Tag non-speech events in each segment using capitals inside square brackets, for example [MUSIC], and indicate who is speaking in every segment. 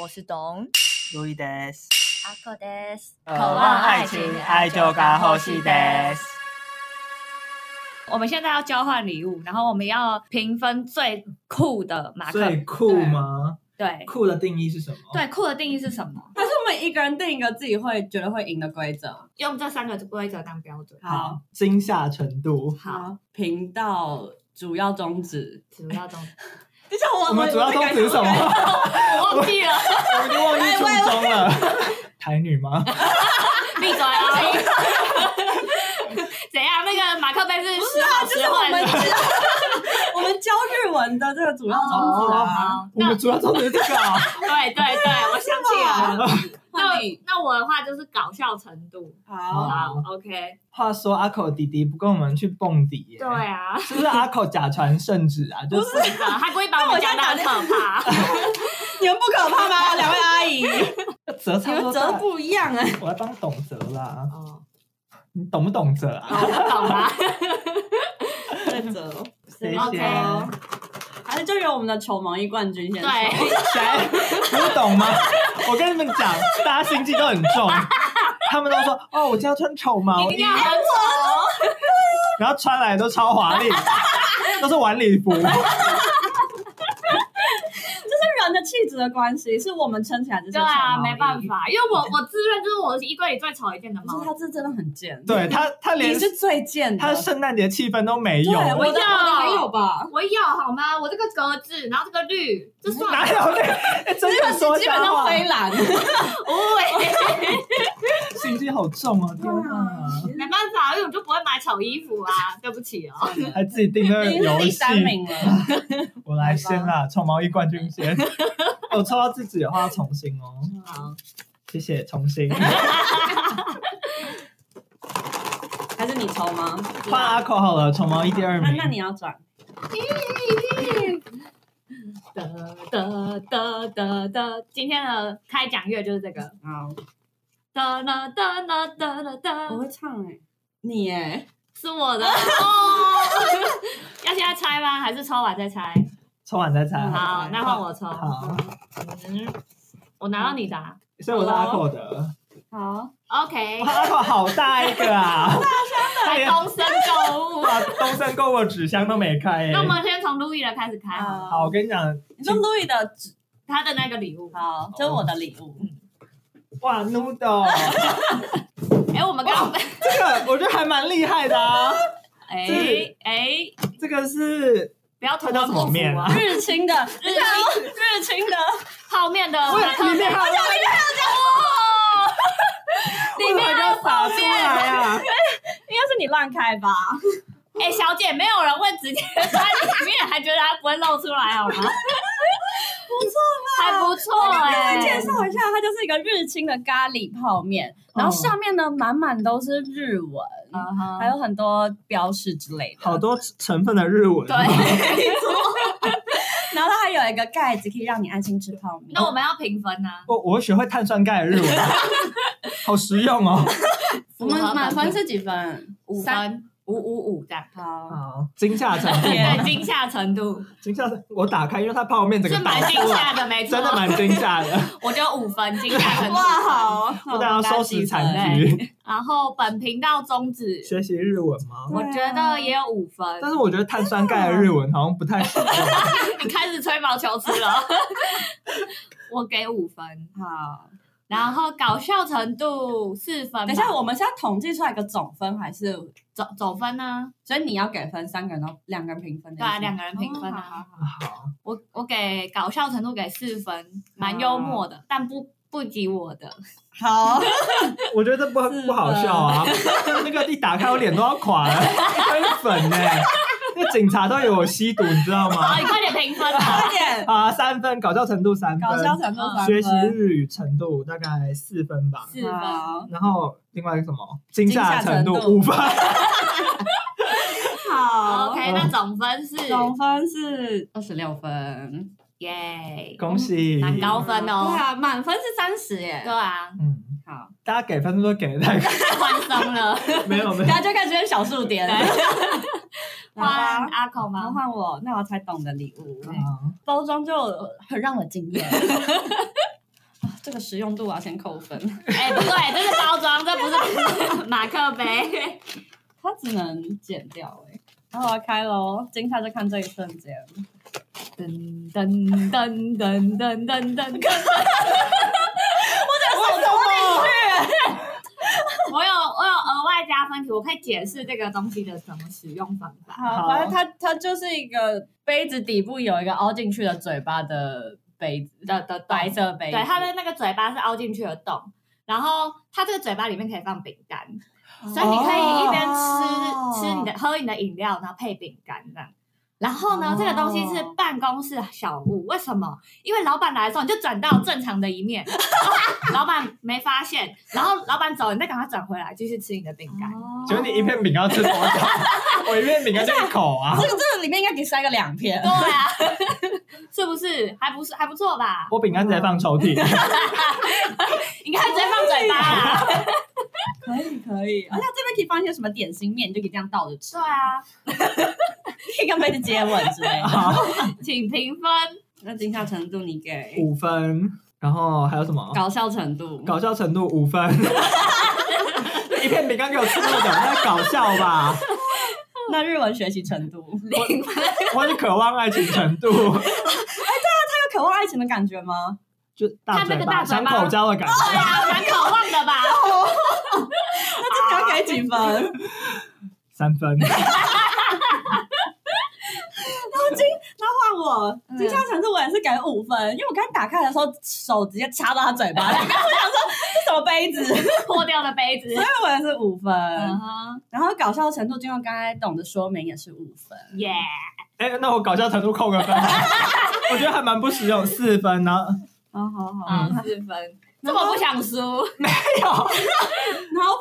Speaker 1: 我是董
Speaker 2: 路易德斯，
Speaker 1: 阿克德斯，
Speaker 2: 渴望爱情，爱就该呼吸德。
Speaker 1: 我们现在要交换礼物，然后我们要评分最酷的马克。
Speaker 2: 最酷吗？
Speaker 1: 对
Speaker 2: 酷的定义是什么？
Speaker 1: 对，酷的定义是什么？
Speaker 3: 还是我们一个人定一个自己会觉得会赢的规则？
Speaker 1: 用这三个规则当标准。
Speaker 3: 好，
Speaker 2: 惊吓程度。
Speaker 1: 好，，
Speaker 3: 频道主要宗旨。
Speaker 1: 主要中，
Speaker 3: 就像我
Speaker 2: 我们主要宗旨是什么？
Speaker 3: 我
Speaker 2: 我
Speaker 1: 我忘 [LAUGHS] 记了，
Speaker 2: 已 [LAUGHS] 经忘记初衷了。台女吗？
Speaker 1: 闭嘴啊！ [LAUGHS] 怎样？那个马克杯是
Speaker 3: 不
Speaker 1: 时
Speaker 3: 是啊，
Speaker 1: 好
Speaker 3: 就是
Speaker 1: 时
Speaker 3: 我
Speaker 1: 坏
Speaker 3: 们
Speaker 1: 的。
Speaker 3: 我们教日文的这个主要宗旨
Speaker 2: 哦
Speaker 3: 啊。
Speaker 1: 好，
Speaker 2: 我
Speaker 1: [LAUGHS] 那
Speaker 2: 们主要宗旨是这个啊。
Speaker 1: 对对对，我想起来了。那
Speaker 3: 那你
Speaker 1: 那我的话就是搞笑程度。
Speaker 3: 好，
Speaker 1: 好，OK。
Speaker 2: 话说阿口弟弟不跟我们去蹦迪耶？
Speaker 1: 对，啊，
Speaker 2: 是不是阿口假传圣旨啊？就是
Speaker 1: 真的，他故意把我们讲的很可怕。
Speaker 3: 你们不可怕吗？两位阿
Speaker 1: [LAUGHS]
Speaker 3: 姨，
Speaker 2: 折差不多大。
Speaker 3: 不一样
Speaker 1: 啊
Speaker 3: 哎。
Speaker 2: 我要帮董哲啦，
Speaker 1: 哦，
Speaker 2: 你懂不懂哲啊？
Speaker 1: 我不懂啦。
Speaker 3: 这折，
Speaker 2: 谁
Speaker 1: ，OK
Speaker 2: 先？
Speaker 3: 还是就由我们的球毛衣冠军先抽。
Speaker 1: 对，
Speaker 2: 谁？你不懂吗？我跟你们讲，大家心机都很重，他们都说哦，我今天要穿丑毛
Speaker 1: 一
Speaker 2: 衣
Speaker 1: 定，要很丑。哦
Speaker 2: 然后穿来都超华
Speaker 3: [LAUGHS]
Speaker 2: 丽，都是晚礼服。
Speaker 3: 是人的气质的关系，是我们撑起来这些。
Speaker 1: 对啊，没办。法，因为我我自认就是我是衣柜里最丑一件的
Speaker 3: 可
Speaker 1: 猫
Speaker 3: 是。他这真的很贱。，
Speaker 2: 对他，他
Speaker 3: 你
Speaker 2: 连
Speaker 3: 是最贱的。
Speaker 2: 他的圣诞节气氛都没
Speaker 3: 对，
Speaker 2: 有，
Speaker 3: 我
Speaker 1: 我
Speaker 3: 的
Speaker 1: 要
Speaker 3: 我的还有吧？
Speaker 1: 我有好吗？我这个格子，然后这个绿，这算
Speaker 2: 哪有那？哎真的说
Speaker 3: 基本
Speaker 2: 瞎
Speaker 3: 上
Speaker 2: 话，
Speaker 3: 飞蓝。
Speaker 1: 哦无
Speaker 2: 心机好重哦，天
Speaker 3: 啊
Speaker 2: 哪！
Speaker 1: 没办法，因为我就不会买丑衣服啊，对不起 [LAUGHS] 哦。
Speaker 2: 还自己定那
Speaker 3: 已
Speaker 2: 个
Speaker 3: 经
Speaker 2: 游
Speaker 3: 是第
Speaker 2: 戏，
Speaker 3: 三名了。
Speaker 2: 我来先啦，臭毛衣冠军
Speaker 3: [LAUGHS]
Speaker 2: 先。我抽到自己的话要重新哦，
Speaker 1: 好，
Speaker 2: 谢谢重新。
Speaker 3: 还是你抽吗？
Speaker 2: [LAUGHS] 换阿口好了，丑毛衣第二
Speaker 3: 啊那
Speaker 2: 名。
Speaker 3: 那你要转。
Speaker 1: [LAUGHS] 哒哒哒哒哒，今天的开讲乐就是这个。
Speaker 3: 好，
Speaker 1: 哒哒哒哒哒哒哒
Speaker 3: 我，会唱哎。你哎，
Speaker 1: 是我 [LAUGHS] 的哦。要现在猜吗？还是抽完再猜？
Speaker 2: 抽完再猜。
Speaker 1: 嗯好，那换我抽。
Speaker 2: 好，
Speaker 1: 嗯，我拿到你的啊。
Speaker 2: 所以我是阿口的。
Speaker 3: 好，
Speaker 1: OK，
Speaker 2: 哇，阿口好大一个啊！
Speaker 1: [LAUGHS]
Speaker 2: 他
Speaker 1: 在
Speaker 2: 连
Speaker 1: 东森购
Speaker 2: [LAUGHS]
Speaker 1: 物。
Speaker 2: 把东森购物纸箱都没开耶
Speaker 1: 哦那我。们先从 Louis 的开始开好了，
Speaker 2: 好，我跟你讲，
Speaker 3: 你说 Louis 的纸，
Speaker 1: 他的那个礼物。
Speaker 3: 好，嗯这是我的礼物。
Speaker 2: 哇，noodle，
Speaker 1: 哎，我们刚刚
Speaker 2: 这个我觉得还蛮厉害的啊。
Speaker 1: 哎
Speaker 2: 是
Speaker 1: [LAUGHS] 哎，
Speaker 2: 这个是
Speaker 1: 不要涂
Speaker 2: 它叫什么面啊
Speaker 1: [LAUGHS] 啊？
Speaker 3: 日清的，日
Speaker 1: 日
Speaker 3: 清，日清的，
Speaker 1: 泡面的
Speaker 2: 我
Speaker 1: 马
Speaker 2: 也
Speaker 1: 克
Speaker 2: 里
Speaker 1: 杯
Speaker 2: 面还有
Speaker 1: 哦里面还有
Speaker 2: 洒出来啊！
Speaker 3: 应该是你乱开吧？
Speaker 1: [LAUGHS] 哎、小姐，没有人会直接穿里面，还觉得它不会露出来
Speaker 3: [LAUGHS]
Speaker 1: 好吗？还不错哎、
Speaker 3: 来介绍一下，它就是一个日清的咖喱泡面，
Speaker 2: 哦
Speaker 3: 然后上面呢满满都是日文，
Speaker 1: 嗯哼
Speaker 3: 还有很多标示之类的。
Speaker 2: 哦好多成分的日文。
Speaker 1: 对， [LAUGHS]
Speaker 3: 然后它还有一个盖子，可以让你安心吃泡面。
Speaker 2: 哦
Speaker 1: 那我们要评分呢、
Speaker 2: 我我会学会碳酸钙的日
Speaker 1: [LAUGHS]
Speaker 2: 文，好实用哦。
Speaker 3: 我们满分是几分？
Speaker 1: 五
Speaker 3: 三
Speaker 1: 分，五五五这样。
Speaker 3: 好，
Speaker 2: 好，惊吓程度，
Speaker 1: 对，惊吓程度
Speaker 2: 惊吓程，我打开，因为它泡面整
Speaker 1: 是
Speaker 2: 个倒
Speaker 1: 蛮惊
Speaker 2: 出来，
Speaker 1: 吓的，没错
Speaker 2: [LAUGHS] 真。的蛮惊吓的。
Speaker 1: 我觉得五分惊吓程度。
Speaker 3: 哇， [LAUGHS] 好，
Speaker 2: 我大家收拾残
Speaker 3: 哎
Speaker 1: 分
Speaker 3: [LAUGHS]
Speaker 2: 局，
Speaker 1: 然后本频道宗旨，
Speaker 3: 啊
Speaker 2: 学习日文吗？
Speaker 3: 对啊
Speaker 1: 我觉得也有五分。
Speaker 2: 但是我觉得碳酸钙的日文好像不太适用。
Speaker 1: 你开始吹毛求疵
Speaker 3: [LAUGHS]
Speaker 1: 了。我给五分，
Speaker 3: 好。
Speaker 1: 然后搞笑程度四分吧。
Speaker 3: 等一下，我们是要统计出来一个总分，还是
Speaker 1: 总总分呢？
Speaker 3: 所以你要给分，三个人都两个人平分的意思
Speaker 1: 对
Speaker 3: 吗？
Speaker 1: 啊，两个人平分
Speaker 3: 哦好好
Speaker 1: 啊。
Speaker 2: 好，
Speaker 1: 我我给搞笑程度给四分，蛮幽默
Speaker 3: 啊
Speaker 1: 的，但不不及我的。
Speaker 3: 好， [LAUGHS]
Speaker 2: 我觉得这不
Speaker 3: 是
Speaker 2: 不好笑 [LAUGHS] 啊！那个一打开，我脸都要垮了，一堆粉呢、那警察都以为我吸毒，你知道
Speaker 1: 好，
Speaker 2: 吗？
Speaker 3: 哎
Speaker 1: 你快点评分啊！
Speaker 3: [LAUGHS] 快点，
Speaker 2: 啊，三分，搞笑程度三分，
Speaker 3: 搞笑程度三分，
Speaker 2: 学习日语程度大概四分吧。
Speaker 1: 四分。
Speaker 3: 好
Speaker 2: 然后另外一个什么惊吓程度
Speaker 3: 惊吓程度
Speaker 2: 五分，
Speaker 3: 好
Speaker 1: OK，
Speaker 2: 嗯
Speaker 1: 那总分是
Speaker 3: 总分是二十六分，
Speaker 1: 耶，
Speaker 2: 恭喜！
Speaker 1: 蛮高分
Speaker 3: 对
Speaker 1: 哦。
Speaker 3: 啊，满分是三十耶
Speaker 1: 对。啊，
Speaker 2: 嗯，
Speaker 3: 好，
Speaker 2: 大家给分数都给的太
Speaker 3: [LAUGHS]
Speaker 2: 高，
Speaker 1: 宽松了。
Speaker 2: 没有没有
Speaker 3: 大，家就开始变小数点。 [LAUGHS] 好啊
Speaker 1: 换
Speaker 3: 吧，
Speaker 1: 阿口
Speaker 3: 然后
Speaker 1: 吗？
Speaker 3: 换我，那我才懂的礼物，
Speaker 2: 啊
Speaker 1: [LAUGHS]
Speaker 3: 包装就很让我惊艳。
Speaker 1: 啊
Speaker 3: 实用度我要先扣分，
Speaker 1: 哎、不对，这是包装，这不是马克
Speaker 3: [LAUGHS]
Speaker 1: 杯。
Speaker 3: 它只能剪掉哎、欸。然后我要开喽，惊吓就看这一瞬间。
Speaker 1: 噔噔噔噔噔噔噔，
Speaker 2: 为什么？
Speaker 1: [LAUGHS] 我有我有额外加分题，我可以解释这个东西的怎么使用方法。
Speaker 3: 好，
Speaker 2: 好
Speaker 3: 反正它它就是一个杯子底部有一个凹进去的嘴巴的杯子，
Speaker 1: 的的
Speaker 3: 白
Speaker 1: 对，
Speaker 3: 色杯子。
Speaker 1: 对，它的那个嘴巴是凹进去的洞，然后它这个嘴巴里面可以放饼干，
Speaker 2: 哦
Speaker 1: 所以你可以一边吃、
Speaker 3: 哦
Speaker 1: 吃你的喝你的饮料，然后配饼干这样。然后呢，
Speaker 3: 哦
Speaker 1: 这个东西是办公室小物，为什么？因为老板来的时候你就转到正常的一面，老板没发现，然后老板走了，你再赶快转回来继续吃你的饼干。
Speaker 3: 哦
Speaker 2: 请问你一片饼干要吃多少？我一片饼干就一口啊！
Speaker 3: 这个这个里面应该给塞个两片
Speaker 1: 对。啊， [LAUGHS] 是不是？还不是还不错吧？
Speaker 2: 我饼干直接放抽屉。
Speaker 1: 应该直接放嘴巴啦。
Speaker 3: [LAUGHS] 可以可以，而且这边可以放一些什么点心面，你就可以这样倒着吃
Speaker 1: 对，啊，
Speaker 3: [LAUGHS] 可以跟杯子接吻之类 [LAUGHS] 的。
Speaker 2: 好，
Speaker 1: 请评分。
Speaker 3: 那惊吓程度你给
Speaker 2: 五分。然后还有什么？
Speaker 3: 搞笑程度，
Speaker 2: 搞笑程度五分。一片饼干给我吃那么久，那是搞笑吧？
Speaker 3: [LAUGHS] 那日文学习程度，
Speaker 1: 零分
Speaker 2: 我是渴望爱情程度，
Speaker 3: 有渴望爱情的感觉吗？
Speaker 2: 就大
Speaker 1: 看那
Speaker 2: 嘴
Speaker 1: 个
Speaker 2: 巴、
Speaker 1: 大嘴
Speaker 2: 伤
Speaker 1: 巴
Speaker 2: 口胶的感
Speaker 1: 对
Speaker 2: 觉，
Speaker 1: 啊，蛮渴望 [LAUGHS] 的吧？
Speaker 3: 那这个要给几 [LAUGHS] 分？
Speaker 2: 三分。
Speaker 3: 换我惊吓程度，我也是给五分，因为我刚打开的时候手直接插到他嘴 [LAUGHS] 巴里，然后我想说这什么杯子，所以
Speaker 1: 破掉的杯子。
Speaker 3: 我也是五分。
Speaker 1: 嗯哼，
Speaker 3: 然后搞笑程度，就用刚才懂得说明也是五分。
Speaker 1: 耶！
Speaker 2: 哎、那我搞笑程度扣个分，我觉得还蛮不实用，四分呢、
Speaker 3: 哦，好好
Speaker 1: 嗯，四分。这么不想输，
Speaker 3: 然后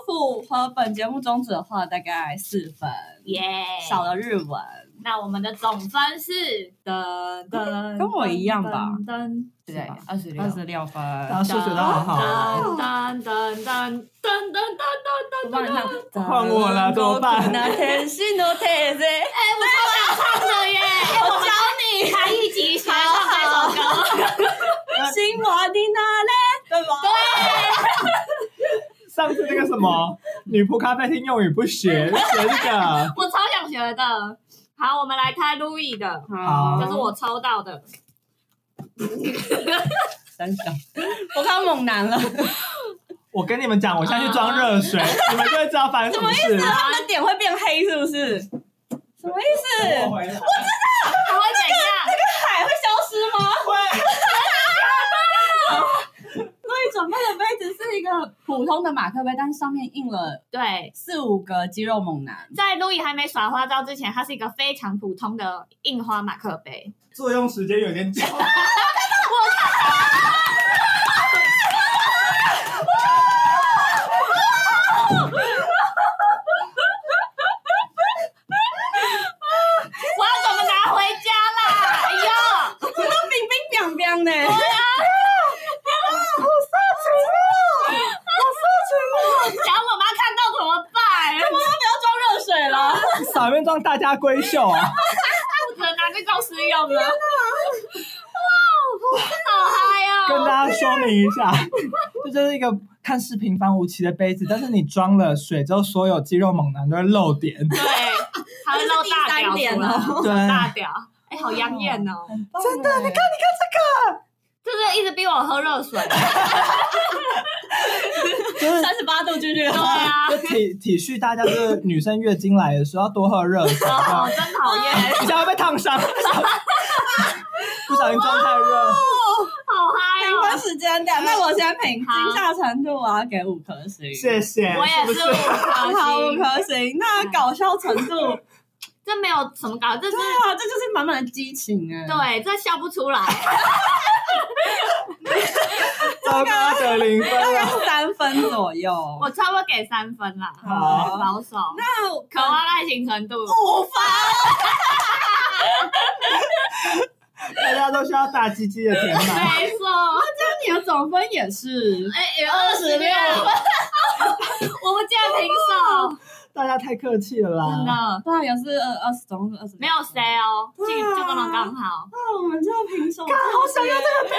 Speaker 3: 符合本节目宗旨的话，大概四分，
Speaker 1: 耶！
Speaker 3: 少了日文。
Speaker 1: 那我们的总分是噔
Speaker 3: [LAUGHS]
Speaker 1: 噔，
Speaker 3: 跟我一样吧
Speaker 1: 噔？噔，
Speaker 3: 对
Speaker 1: 是吧二十六。
Speaker 3: 六分，
Speaker 2: 然后数学都好好、哦。
Speaker 1: 噔噔噔噔噔噔噔噔噔
Speaker 3: 帮你
Speaker 1: 噔噔。
Speaker 3: 唱
Speaker 2: 换我了怎
Speaker 3: [LAUGHS]
Speaker 2: 么办
Speaker 3: 那天是诺特斯，
Speaker 1: 哎，我超想唱的耶！哎我教你，他一集学唱这首歌。
Speaker 3: 心我的哪嘞？对吗？
Speaker 2: 上次那个什么女仆咖啡厅用语不学，就学这个。
Speaker 1: 我超想学的。好，我们来开 Louis 的，
Speaker 2: 好
Speaker 1: 这是我抽到的。
Speaker 3: 三小，我刚猛男了，他
Speaker 2: 我跟你们讲，我现在去装热
Speaker 1: 啊
Speaker 2: 水，你们就会知道发生什么事。
Speaker 3: 们的点会变黑，是不是？什么意思？
Speaker 2: 我回来
Speaker 1: 他会怎样？
Speaker 3: 海会消失吗？
Speaker 2: 会
Speaker 3: 所以准备的杯子是一个普通的马克杯，但是上面印了
Speaker 1: 对，
Speaker 3: 四五个肌肉猛 [LAUGHS] 男。
Speaker 1: 在 Louis 还没耍花招之前，它是一个非常普通的印花马克杯。
Speaker 2: 作用时间有点
Speaker 1: [LAUGHS]
Speaker 2: 久。
Speaker 1: 我要怎么拿回家啦？哎呦，
Speaker 3: 我都冰冰冰冰呢。
Speaker 1: 想我妈看到怎么办？
Speaker 3: 要装热水了，
Speaker 2: 扫面装大家闺秀啊！
Speaker 1: 我只能拿去公司用了。哇，好嗨
Speaker 2: 跟
Speaker 1: 哦！
Speaker 2: 大家说明一下，这就是一个看似平凡无奇的杯子，但是你装了水之后，所有肌肉猛男都会露点。
Speaker 1: 对，它会露大屌
Speaker 3: 这是第
Speaker 1: 出来
Speaker 3: 三点哦，
Speaker 2: 对
Speaker 1: 大屌，哎，好
Speaker 2: 啊
Speaker 1: 养眼哦！
Speaker 2: 真的你
Speaker 3: 看
Speaker 1: 就是一直逼我喝热水。
Speaker 2: 就是
Speaker 3: 三十八度进去
Speaker 1: 对啊，
Speaker 2: 就体体恤大家，就是女生月经来的时候要多喝热水，
Speaker 1: [LAUGHS] 哦，真讨厌，
Speaker 2: 你才会被烫伤。
Speaker 1: [LAUGHS]
Speaker 2: 不小心装太
Speaker 1: 哦
Speaker 2: 热，
Speaker 1: 好嗨
Speaker 3: 评分
Speaker 1: 哦！
Speaker 3: 时间点，那我先评
Speaker 1: 好
Speaker 3: 惊吓程度，我要给五颗星。
Speaker 2: 谢谢。
Speaker 1: 我也
Speaker 2: 不
Speaker 1: 是五
Speaker 2: 是
Speaker 3: 好，
Speaker 1: 颗
Speaker 3: 五
Speaker 1: 星，
Speaker 3: 颗星。那搞笑程度，对
Speaker 1: 这没有什么搞，这是
Speaker 3: 啊，这就是满满的激情哎。，
Speaker 1: 对，这笑不出 [LAUGHS] 来。
Speaker 2: 糟糕得零分
Speaker 3: 大概
Speaker 1: [LAUGHS]
Speaker 2: 了。
Speaker 3: 是三分左右。
Speaker 1: 我差不多给三分啦，
Speaker 2: 好
Speaker 1: 保守。
Speaker 3: 那
Speaker 1: 渴望爱情程度，
Speaker 3: 五分，
Speaker 2: 大家都需要大鸡鸡的填满。
Speaker 1: 没错。
Speaker 3: 那你的总分也是
Speaker 1: 哎，有
Speaker 3: 二十
Speaker 1: [LAUGHS]
Speaker 3: 六。
Speaker 1: 我们竟然平手，
Speaker 2: 大家太客气了
Speaker 1: 真
Speaker 2: 啦。
Speaker 1: 的
Speaker 3: 对啊，也是二二十，总共是二十。
Speaker 1: 没有谁哦，就
Speaker 3: 对啊
Speaker 1: 就刚刚刚好。
Speaker 3: 那我们就平手。好想要这个杯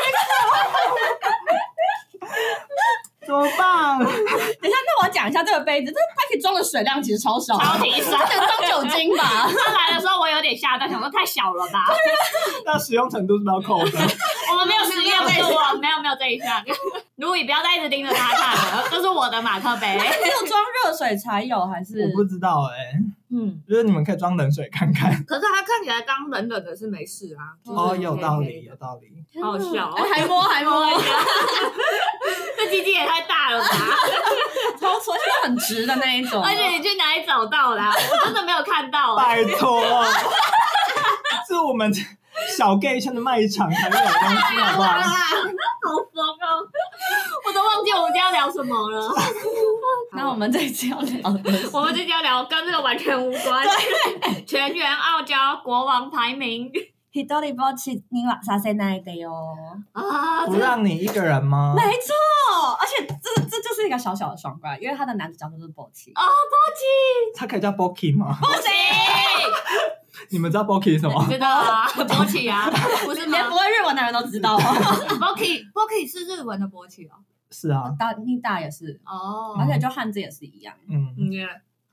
Speaker 3: 讲一下这个杯子，这它可以装的水量其实超少，
Speaker 1: 超级少
Speaker 3: 这能装酒精吧？
Speaker 1: 他来的时候我有点吓到，想说太小了吧？
Speaker 2: [LAUGHS] 那使用程度是不是要扣分？
Speaker 1: 我们没有实验过啊，没有没有这一项。如以不要再一直盯着他看了，这是我的马克杯。
Speaker 3: 只有装热水才有还是？
Speaker 2: 我不知道哎、
Speaker 1: 嗯，
Speaker 2: 就是你们可以装冷水看看。
Speaker 4: 可是它看起来刚冷冷的，是没事啊。就是
Speaker 2: 哦，有道
Speaker 4: 可以
Speaker 2: 理，。有道理。
Speaker 1: 好好笑哦。
Speaker 3: 嗯还摸 [LAUGHS] 还摸，
Speaker 1: [LAUGHS] 这鸡鸡也太大了吧！
Speaker 3: 超粗，而且它很直的那一种，
Speaker 1: 而且你去哪里找到啦、我真的没有看到、啊。
Speaker 2: 拜托， [LAUGHS] 是我们小 gay 圈的卖场才会有的东西，好
Speaker 1: [LAUGHS]
Speaker 2: 不好？
Speaker 1: 好疯哦！我都忘记我们今天要聊什么了。
Speaker 3: [LAUGHS] 那我们这一期要聊的是，
Speaker 1: 我们今天要聊跟这个完全无关，全员傲娇国王排名
Speaker 3: 一人ぼっちにはさせないでよ。
Speaker 1: 啊！
Speaker 2: 不让你一个人吗？
Speaker 3: 没错，而且这这就是一个小小的爽怪，因为他的男主角就是波奇。
Speaker 1: 啊，波
Speaker 2: 他可以叫 Boki 吗？ [LAUGHS]
Speaker 1: 奇，不行，
Speaker 2: 你们知道 Boki 是什
Speaker 1: [LAUGHS]
Speaker 2: 么？
Speaker 1: 知道啊，波奇啊，不是
Speaker 3: 连
Speaker 1: 吗
Speaker 3: 不？会日文的人都知道。
Speaker 1: 波奇，波奇是日文的波奇哦。
Speaker 2: 是啊，
Speaker 3: [LAUGHS] 大逆大也是，而
Speaker 1: 哦，
Speaker 3: 且就汉字也是一样，
Speaker 2: 嗯，
Speaker 4: 嗯，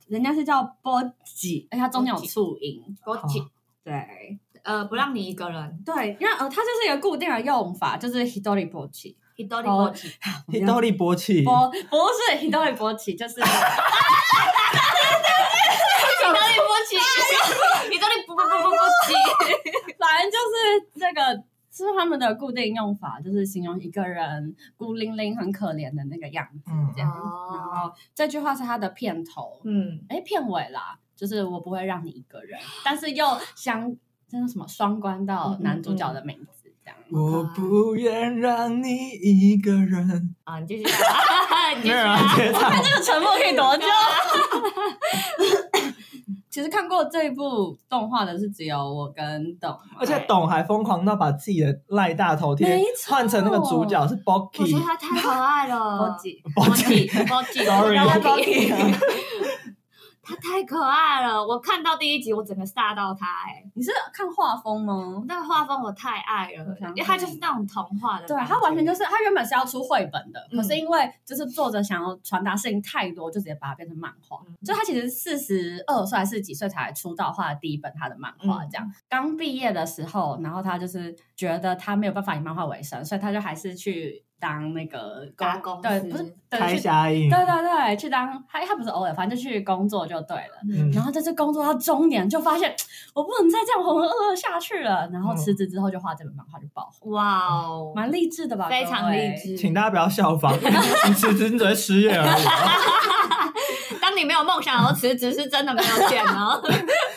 Speaker 3: 人家是叫波吉，而且它中间有促音。
Speaker 1: 波奇，
Speaker 3: 对
Speaker 1: 呃，不让你一个人，
Speaker 3: 对，因为呃，它就是一个固定的用法，就是 hidori 波奇。
Speaker 1: 一多里波奇，
Speaker 2: 黑豆利波奇，
Speaker 3: 波不是 hidori 波奇，就是 [LAUGHS]
Speaker 1: 一多里波
Speaker 3: [LAUGHS]
Speaker 1: 奇，一多里波波波波奇，
Speaker 3: 反正就是这个。是他们的固定用法，就是形容一个人孤零零、很可怜的那个样子，
Speaker 2: 嗯
Speaker 3: 这样。
Speaker 1: 哦
Speaker 3: 然后这句话是它的片头，
Speaker 4: 嗯，
Speaker 3: 哎，片尾啦，就是我不会让你一个人，但是又相那叫什么双关到男主角的名字这样。
Speaker 2: 我不愿让你一个人。
Speaker 1: 啊，你继续啊， [LAUGHS] 你继
Speaker 2: 没有
Speaker 1: 续
Speaker 2: 人
Speaker 1: 啊
Speaker 2: 要接唱，
Speaker 3: 这个沉默可以多久？ [LAUGHS] 其实看过这一部动画的是只有我跟董嘛，
Speaker 2: 而且董还疯狂到把自己的赖大头贴
Speaker 3: 没错
Speaker 2: 换成那个主角是
Speaker 1: 我觉得
Speaker 2: Boki，
Speaker 1: 他太可爱
Speaker 3: 波
Speaker 1: 了，
Speaker 3: 吉
Speaker 1: 波奇，波
Speaker 3: [LAUGHS]
Speaker 1: 奇
Speaker 2: Sorry
Speaker 1: 波奇， [LAUGHS] 他太可爱了。我看到第一集，我整个吓到他、哎，
Speaker 3: 你是看画风吗？
Speaker 1: 那个画风我太爱了
Speaker 3: 我，想
Speaker 1: 因为他就是那种童话的
Speaker 3: 对啊
Speaker 1: 感觉，
Speaker 3: 他完全就是他原本是要出绘本的，
Speaker 1: 嗯
Speaker 3: 可是因为就是作者想要传达事情太多，就直接把它变成漫画。
Speaker 1: 嗯
Speaker 3: 就他其实四十二岁还是几岁才出道画的第一本他的漫画，
Speaker 1: 嗯
Speaker 3: 这样、刚毕业的时候，然后他就是觉得他没有办法以漫画为生，所以他就还是去当那个
Speaker 1: 打工
Speaker 3: 对，
Speaker 1: 是
Speaker 3: 不是
Speaker 2: 开
Speaker 3: 对去
Speaker 2: 虾印，
Speaker 3: 对对对，去当他他不是偶尔，反正就去工作就对了。
Speaker 2: 嗯
Speaker 3: 然后在这工作到中年，就发现我不能再这样浑浑噩噩下去了。然后
Speaker 1: 嗯
Speaker 3: 辞职之后就画这本漫画就爆红。
Speaker 1: 哇哦，
Speaker 3: 蛮励志的欸吧？
Speaker 1: 非
Speaker 3: 各
Speaker 1: 常
Speaker 3: 位
Speaker 1: 励。志。
Speaker 2: 请大家不要效仿，你辞职你只会失业而已。
Speaker 1: 当你没有梦想然后辞职，是真的没有钱
Speaker 3: [LAUGHS]
Speaker 1: 哦。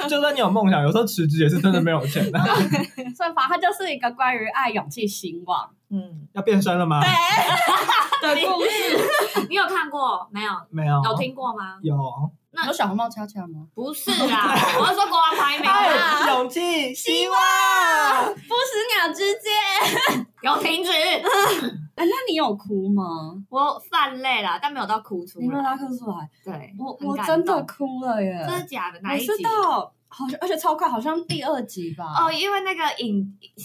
Speaker 2: 就算你有梦想，有时候辞职也是真的没有钱的。
Speaker 3: 所以，反正它就是一个关于爱、勇气、兴旺
Speaker 4: 嗯，
Speaker 2: 要变身了吗？
Speaker 3: 的故事。
Speaker 1: [LAUGHS] 你有看过没有？
Speaker 2: 没有，
Speaker 1: 有听过吗？
Speaker 2: 有。
Speaker 1: 那
Speaker 3: 有小红帽悄悄吗？
Speaker 1: 不是
Speaker 3: [LAUGHS]
Speaker 1: 啦，我是说国王排名啦，
Speaker 2: 勇气、希望。
Speaker 3: 不死鸟之间。
Speaker 1: 有停止，
Speaker 3: 哎，那你有哭吗？
Speaker 1: 我犯累了，但没有到哭出
Speaker 3: 你没有
Speaker 1: 来。
Speaker 3: 拉啊哭出来，
Speaker 1: 对，
Speaker 3: 我
Speaker 1: 很
Speaker 3: 我
Speaker 1: 感
Speaker 3: 真的
Speaker 1: 动
Speaker 3: 哭了耶！
Speaker 1: 真的假的？哪
Speaker 3: 我
Speaker 1: 一
Speaker 3: 知
Speaker 1: 集？
Speaker 3: 道，好像而且超快，好像第二集吧。
Speaker 1: 哦，，因为那个影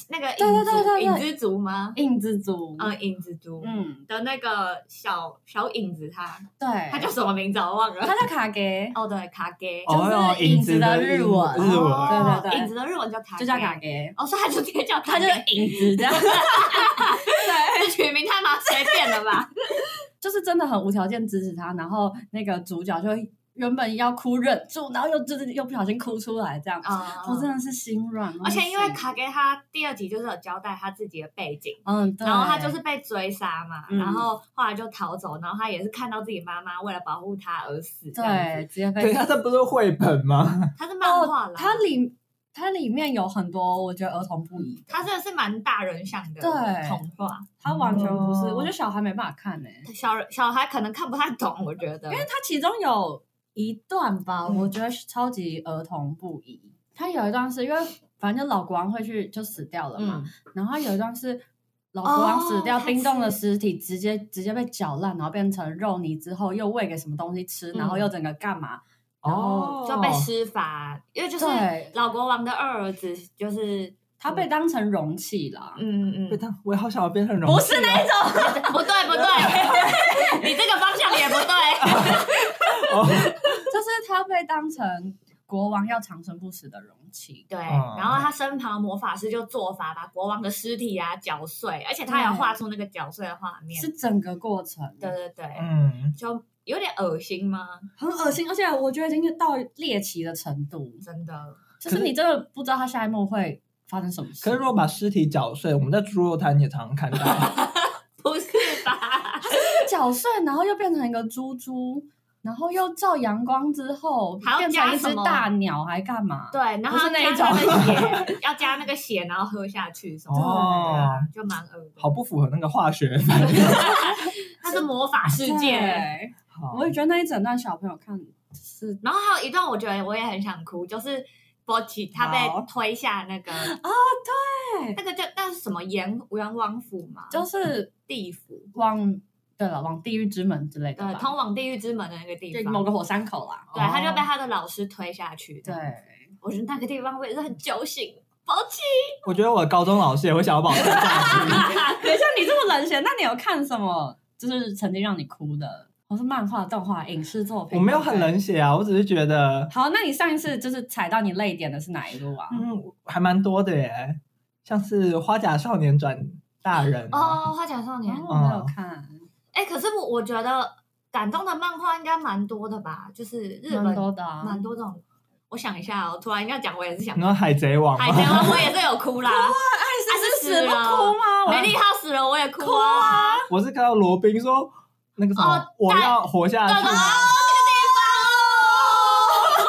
Speaker 1: 那个影
Speaker 3: 对对对
Speaker 1: 子
Speaker 3: 对对
Speaker 1: 影之族吗？
Speaker 3: 印之族。
Speaker 1: 嗯，影子族
Speaker 3: 嗯，
Speaker 1: 的那个小小影子他，
Speaker 3: 对，他
Speaker 1: 他叫什么名字我忘了。
Speaker 3: 他叫卡给，
Speaker 1: 哦，对，卡给，
Speaker 2: 哦
Speaker 3: 就是影子的日文
Speaker 2: 日文，
Speaker 1: 哦
Speaker 3: 对对对
Speaker 1: 影子的日文叫卡，
Speaker 3: 就叫卡。给，
Speaker 1: 哦，所以他就直接叫
Speaker 3: 他
Speaker 1: 卡
Speaker 3: 就
Speaker 1: 给，
Speaker 3: 是影子这样。 [LAUGHS] 对，
Speaker 1: 这取名太蛮随便了吧？
Speaker 3: 就是真的很无条件支持他，然后那个主角就会原本要哭忍住，然后又就是又不小心哭出来这样，[LAUGHS]
Speaker 1: 啊
Speaker 3: 我真的是心软。
Speaker 1: 而且因为
Speaker 3: 我是
Speaker 1: 卡给他第二集就是有交代他自己的背景，
Speaker 3: 嗯，对
Speaker 1: 然后他就是被追杀嘛，
Speaker 3: 嗯
Speaker 1: 然后后来就逃走，然后他也是看到自己妈妈为了保护他而死，这样子
Speaker 3: 对，直哦接
Speaker 2: 等一
Speaker 3: 被
Speaker 2: 下，这不是绘本吗？
Speaker 1: 他是漫画啦，
Speaker 3: 它里它里面有很多我觉得儿童不宜的，
Speaker 1: 他真的是蛮大人像的
Speaker 3: 对
Speaker 1: 童话，
Speaker 3: 它完全不是，
Speaker 2: 哦
Speaker 3: 我觉得小孩没办法看呢、
Speaker 1: 小人小孩可能看不太懂，我觉得
Speaker 3: 因为它其中有一段吧，
Speaker 1: 嗯
Speaker 3: 我觉得是超级儿童不宜。它有一段是因为反正老国王会去就死掉了嘛，
Speaker 1: 嗯，
Speaker 3: 然后有一段是老国王死掉，
Speaker 1: 哦
Speaker 3: 冰冻的尸体直接直接被搅烂，然后变成肉泥之后，又喂给什么东西吃，
Speaker 1: 嗯
Speaker 3: 然后又整个干嘛？
Speaker 2: 哦，
Speaker 1: 就被施法，因为就是
Speaker 3: 对，
Speaker 1: 老国王的二儿子，就是
Speaker 3: 他被当成容器啦。
Speaker 4: 嗯
Speaker 2: 被
Speaker 4: 嗯，
Speaker 2: 他，我也好想要变成容。
Speaker 3: 啊不是那一种， [LAUGHS]
Speaker 1: [LAUGHS]
Speaker 3: 哦
Speaker 1: 不对不对，你这个方向也不对，
Speaker 3: 就是他被当成国王要长生不死的容器。
Speaker 1: 对，
Speaker 2: 哦
Speaker 1: 然后他身旁的魔法师就做法把国王的尸体啊绞碎，而且他有画出那个绞碎的画面。
Speaker 3: 是整个过程，
Speaker 1: 对对对，
Speaker 2: 嗯，
Speaker 1: 就有点恶心吗？
Speaker 3: 很恶心，而且我觉得已经到猎奇的程度，
Speaker 1: 真的，
Speaker 3: 就是你真的不知道他下一幕会发生什么事。
Speaker 2: 可是如果把尸体绞碎，我们在猪肉摊也常常看到，
Speaker 1: 不是吧？
Speaker 3: 绞碎，然后又变成一个猪猪，然后又照阳光之后
Speaker 1: 还要
Speaker 3: 变成一只
Speaker 1: 加什么
Speaker 3: 大鸟，还干嘛？
Speaker 1: [LAUGHS] 对，然
Speaker 3: 不
Speaker 1: 后
Speaker 3: 是那一
Speaker 1: 加那个血， [LAUGHS] 要加那个血，然后喝下去什么
Speaker 2: 哦
Speaker 1: 的，对啊就蛮恶的。
Speaker 2: 好不符合那个化学反
Speaker 1: [LAUGHS]
Speaker 2: 应。
Speaker 1: 它是魔法世界。
Speaker 3: 对，
Speaker 2: 好
Speaker 3: 我也觉得那一整段小朋友看是
Speaker 1: 然后还有一段，我觉得我也很想哭，就是波奇他被
Speaker 3: 好哦
Speaker 1: 推下那个啊，
Speaker 3: 对
Speaker 1: 那个叫那是什么阎阎王府嘛，
Speaker 3: 就是
Speaker 1: 地府，
Speaker 3: 往对了，往地狱之门之类的
Speaker 1: 对，
Speaker 3: 吧，
Speaker 1: 通往地狱之门的那个地
Speaker 3: 就
Speaker 1: 方。
Speaker 3: 某个火山口啦。
Speaker 1: 对，他就被他的老师推下去。
Speaker 3: 对，，
Speaker 1: 我觉得那个地方我也是很揪心。宝气，
Speaker 2: 我觉得我的高中老师也会想要把我推
Speaker 1: [LAUGHS]
Speaker 2: 下
Speaker 3: [LAUGHS]
Speaker 2: 去。
Speaker 3: 等一下你这么冷血，那你有看什么？就是曾经让你哭的，或是漫画、动画、影视作品？
Speaker 2: 我没有很
Speaker 3: 对不对。
Speaker 2: 冷血啊，我只是觉得，
Speaker 3: 好，那你上一次就是踩到你泪点的是哪一路啊？
Speaker 2: 嗯，还蛮多的耶，像是《花甲少年转大人》啊，
Speaker 1: 哦，花甲少年，
Speaker 3: 哦，我没有看。
Speaker 1: 哎、可是我我觉得感动的漫画应该蛮多的吧，就是日本
Speaker 3: 蛮多的啊，
Speaker 1: 蛮多这种。我想一下哦，突然要讲，我也是想
Speaker 2: 你，说《海贼王》
Speaker 1: 海
Speaker 2: 吗
Speaker 1: 贼？王我也是有哭
Speaker 3: [LAUGHS]
Speaker 1: 啦，
Speaker 3: 爱
Speaker 1: 死
Speaker 3: 死不
Speaker 1: 死了
Speaker 3: 哭吗？我
Speaker 1: 美丽号死了我也哭啊，
Speaker 2: 我是看到罗宾说那个什么，
Speaker 1: 哦
Speaker 2: 我
Speaker 1: 带
Speaker 2: 要活下去
Speaker 1: 对吧
Speaker 2: 啊。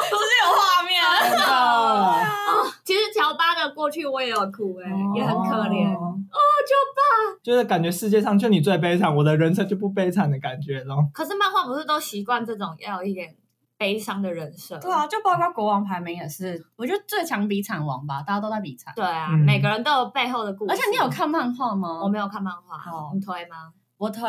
Speaker 3: 是不是有画面？
Speaker 2: 真的
Speaker 1: 哦，其实乔巴的过去我也有哭哎、也很可怜。
Speaker 2: 哦，就爸，就是感觉世界上就你最悲惨，我的人生就不悲惨的感觉咯。
Speaker 1: 可是漫画不是都习惯这种要有一点悲伤的人设？
Speaker 3: 对啊，就包括国王排名也是，我觉得最强比惨王吧，大家都在比惨。
Speaker 1: 对啊，
Speaker 2: 嗯
Speaker 1: 每个人都有背后的故事。
Speaker 3: 而且你有？看哦漫画吗？
Speaker 1: 我没有看漫画，
Speaker 3: 好
Speaker 1: 你推吗？
Speaker 3: 我推，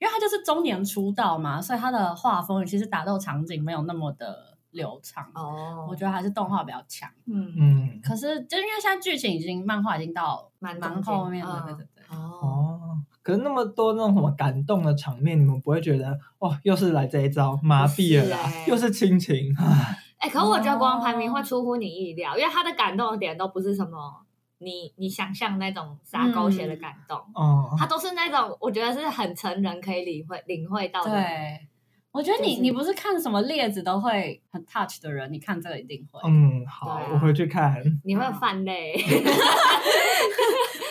Speaker 3: 因为他就是中年出道嘛，所以他的画风其实打斗场景没有那么的流畅。
Speaker 1: 哦
Speaker 3: 我觉得还是动画比较强。
Speaker 1: 嗯，
Speaker 2: 嗯，
Speaker 3: 可是就因为现在剧情已经漫画已经到
Speaker 1: 蛮中
Speaker 3: 蛮
Speaker 1: 间
Speaker 3: 后面了，
Speaker 1: 嗯
Speaker 3: 对对对。
Speaker 1: 哦，
Speaker 2: 哦，可是那么多那种什么感动的场面，你们不会觉得哦，又是来这一招麻痹了啦
Speaker 1: 不是，欸
Speaker 2: 又是亲情 [LAUGHS] 啊？
Speaker 1: 哎、可是我觉得国王排名会出乎你意料，因为他的感动的点都不是什么你你想象那种撒狗血的感动，
Speaker 2: 哦，
Speaker 1: 他、都是那种我觉得是很成人可以领会领会到的。
Speaker 3: 对，我觉得你、
Speaker 1: 就是
Speaker 3: 你不是看什么列子都会很 touch 的嗯人，你看这个一定会、
Speaker 2: 嗯，好
Speaker 1: 对啊，
Speaker 2: 我回去看。
Speaker 1: 你会泛泪，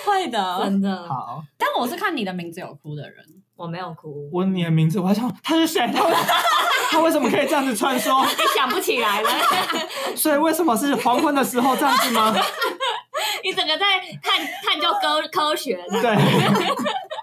Speaker 3: 会的。
Speaker 1: [LAUGHS] 真的。
Speaker 2: 嗯好，
Speaker 3: 但我是看你的名字有哭的人，
Speaker 1: 我没有哭，
Speaker 2: 我你的名字，我还想他是谁？
Speaker 3: [LAUGHS]
Speaker 2: 他为他为什么可以这样子穿梭？
Speaker 1: 你想不起来了， [LAUGHS]
Speaker 2: 所以为什么是黄昏的时候这样子吗？
Speaker 1: 你整个在探探究科科学
Speaker 3: [LAUGHS]
Speaker 1: 呢。
Speaker 2: 对，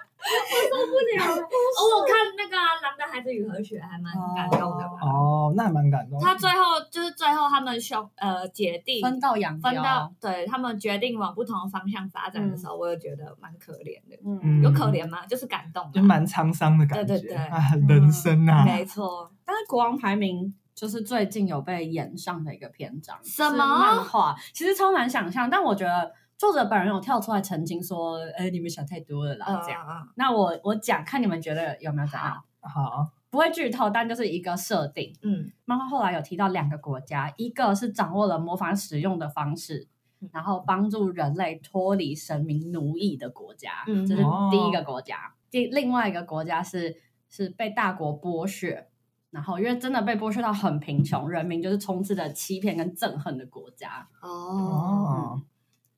Speaker 1: 哦，我看那个啊《狼的孩子与和雪》还蛮感动的吧。
Speaker 2: 哦，那还蛮感动的。
Speaker 1: 他最后就是最后他们兄呃姐弟
Speaker 3: 分道扬镳。
Speaker 1: 分到对他们决定往不同的方向发展的时
Speaker 2: 嗯
Speaker 1: 候，我也觉得蛮可怜的。
Speaker 3: 嗯，
Speaker 1: 有可怜吗？就是感动啊，
Speaker 2: 就蛮沧桑的感觉，
Speaker 1: 对对对
Speaker 2: 啊，人生
Speaker 3: 嗯
Speaker 2: 啊，
Speaker 1: 没错。
Speaker 3: 但是国王排名就是最近有被延上的一个篇章，
Speaker 1: 什么
Speaker 3: 是漫画？其实超难想象，但我觉得作者本人有跳出来澄清说：“哎，你们想太多了啦。这样，
Speaker 1: 嗯，
Speaker 3: 那我我讲，看你们觉得有没有怎样？
Speaker 2: 好，
Speaker 3: 不会剧透，但就是一个设定。
Speaker 1: 嗯，
Speaker 3: 漫画后来有提到两个国家，一个是掌握了魔法使用的方式
Speaker 1: 嗯，
Speaker 3: 然后帮助人类脱离神明奴役的国家，
Speaker 1: 嗯
Speaker 3: 这是第一个国家。第另外一个国家是是被大国剥削，然后因为真的被剥削到很贫穷，人民就是充斥着欺骗跟憎恨的国家。
Speaker 1: 哦，
Speaker 2: 哦，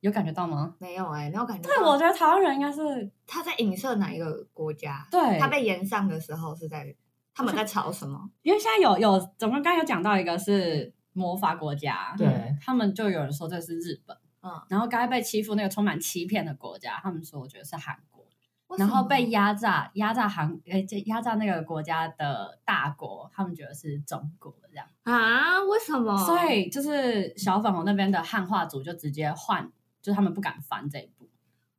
Speaker 3: 有感觉到吗？
Speaker 1: 没有哎，没有感觉到。
Speaker 3: 对，我觉得台湾人应该是
Speaker 1: 他在影射哪一个国家？
Speaker 3: 对
Speaker 1: 他被延上的时候是在他们在吵什么？
Speaker 3: 因为现在有有，总共刚刚有讲到一个是魔法国家，
Speaker 2: 对
Speaker 3: 他们就有人说这是日本，
Speaker 1: 嗯
Speaker 3: 然后刚才被欺负那个充满欺骗的国家，他们说我觉得是韩国，
Speaker 1: 为什
Speaker 3: 然
Speaker 1: 么
Speaker 3: 后被压榨压榨韩诶，这压榨那个国家的大国，他们觉得是中国这样，
Speaker 1: 啊？为什么？
Speaker 3: 所以就是小粉红那边的汉化组就直接换，就是他们不敢翻这一步，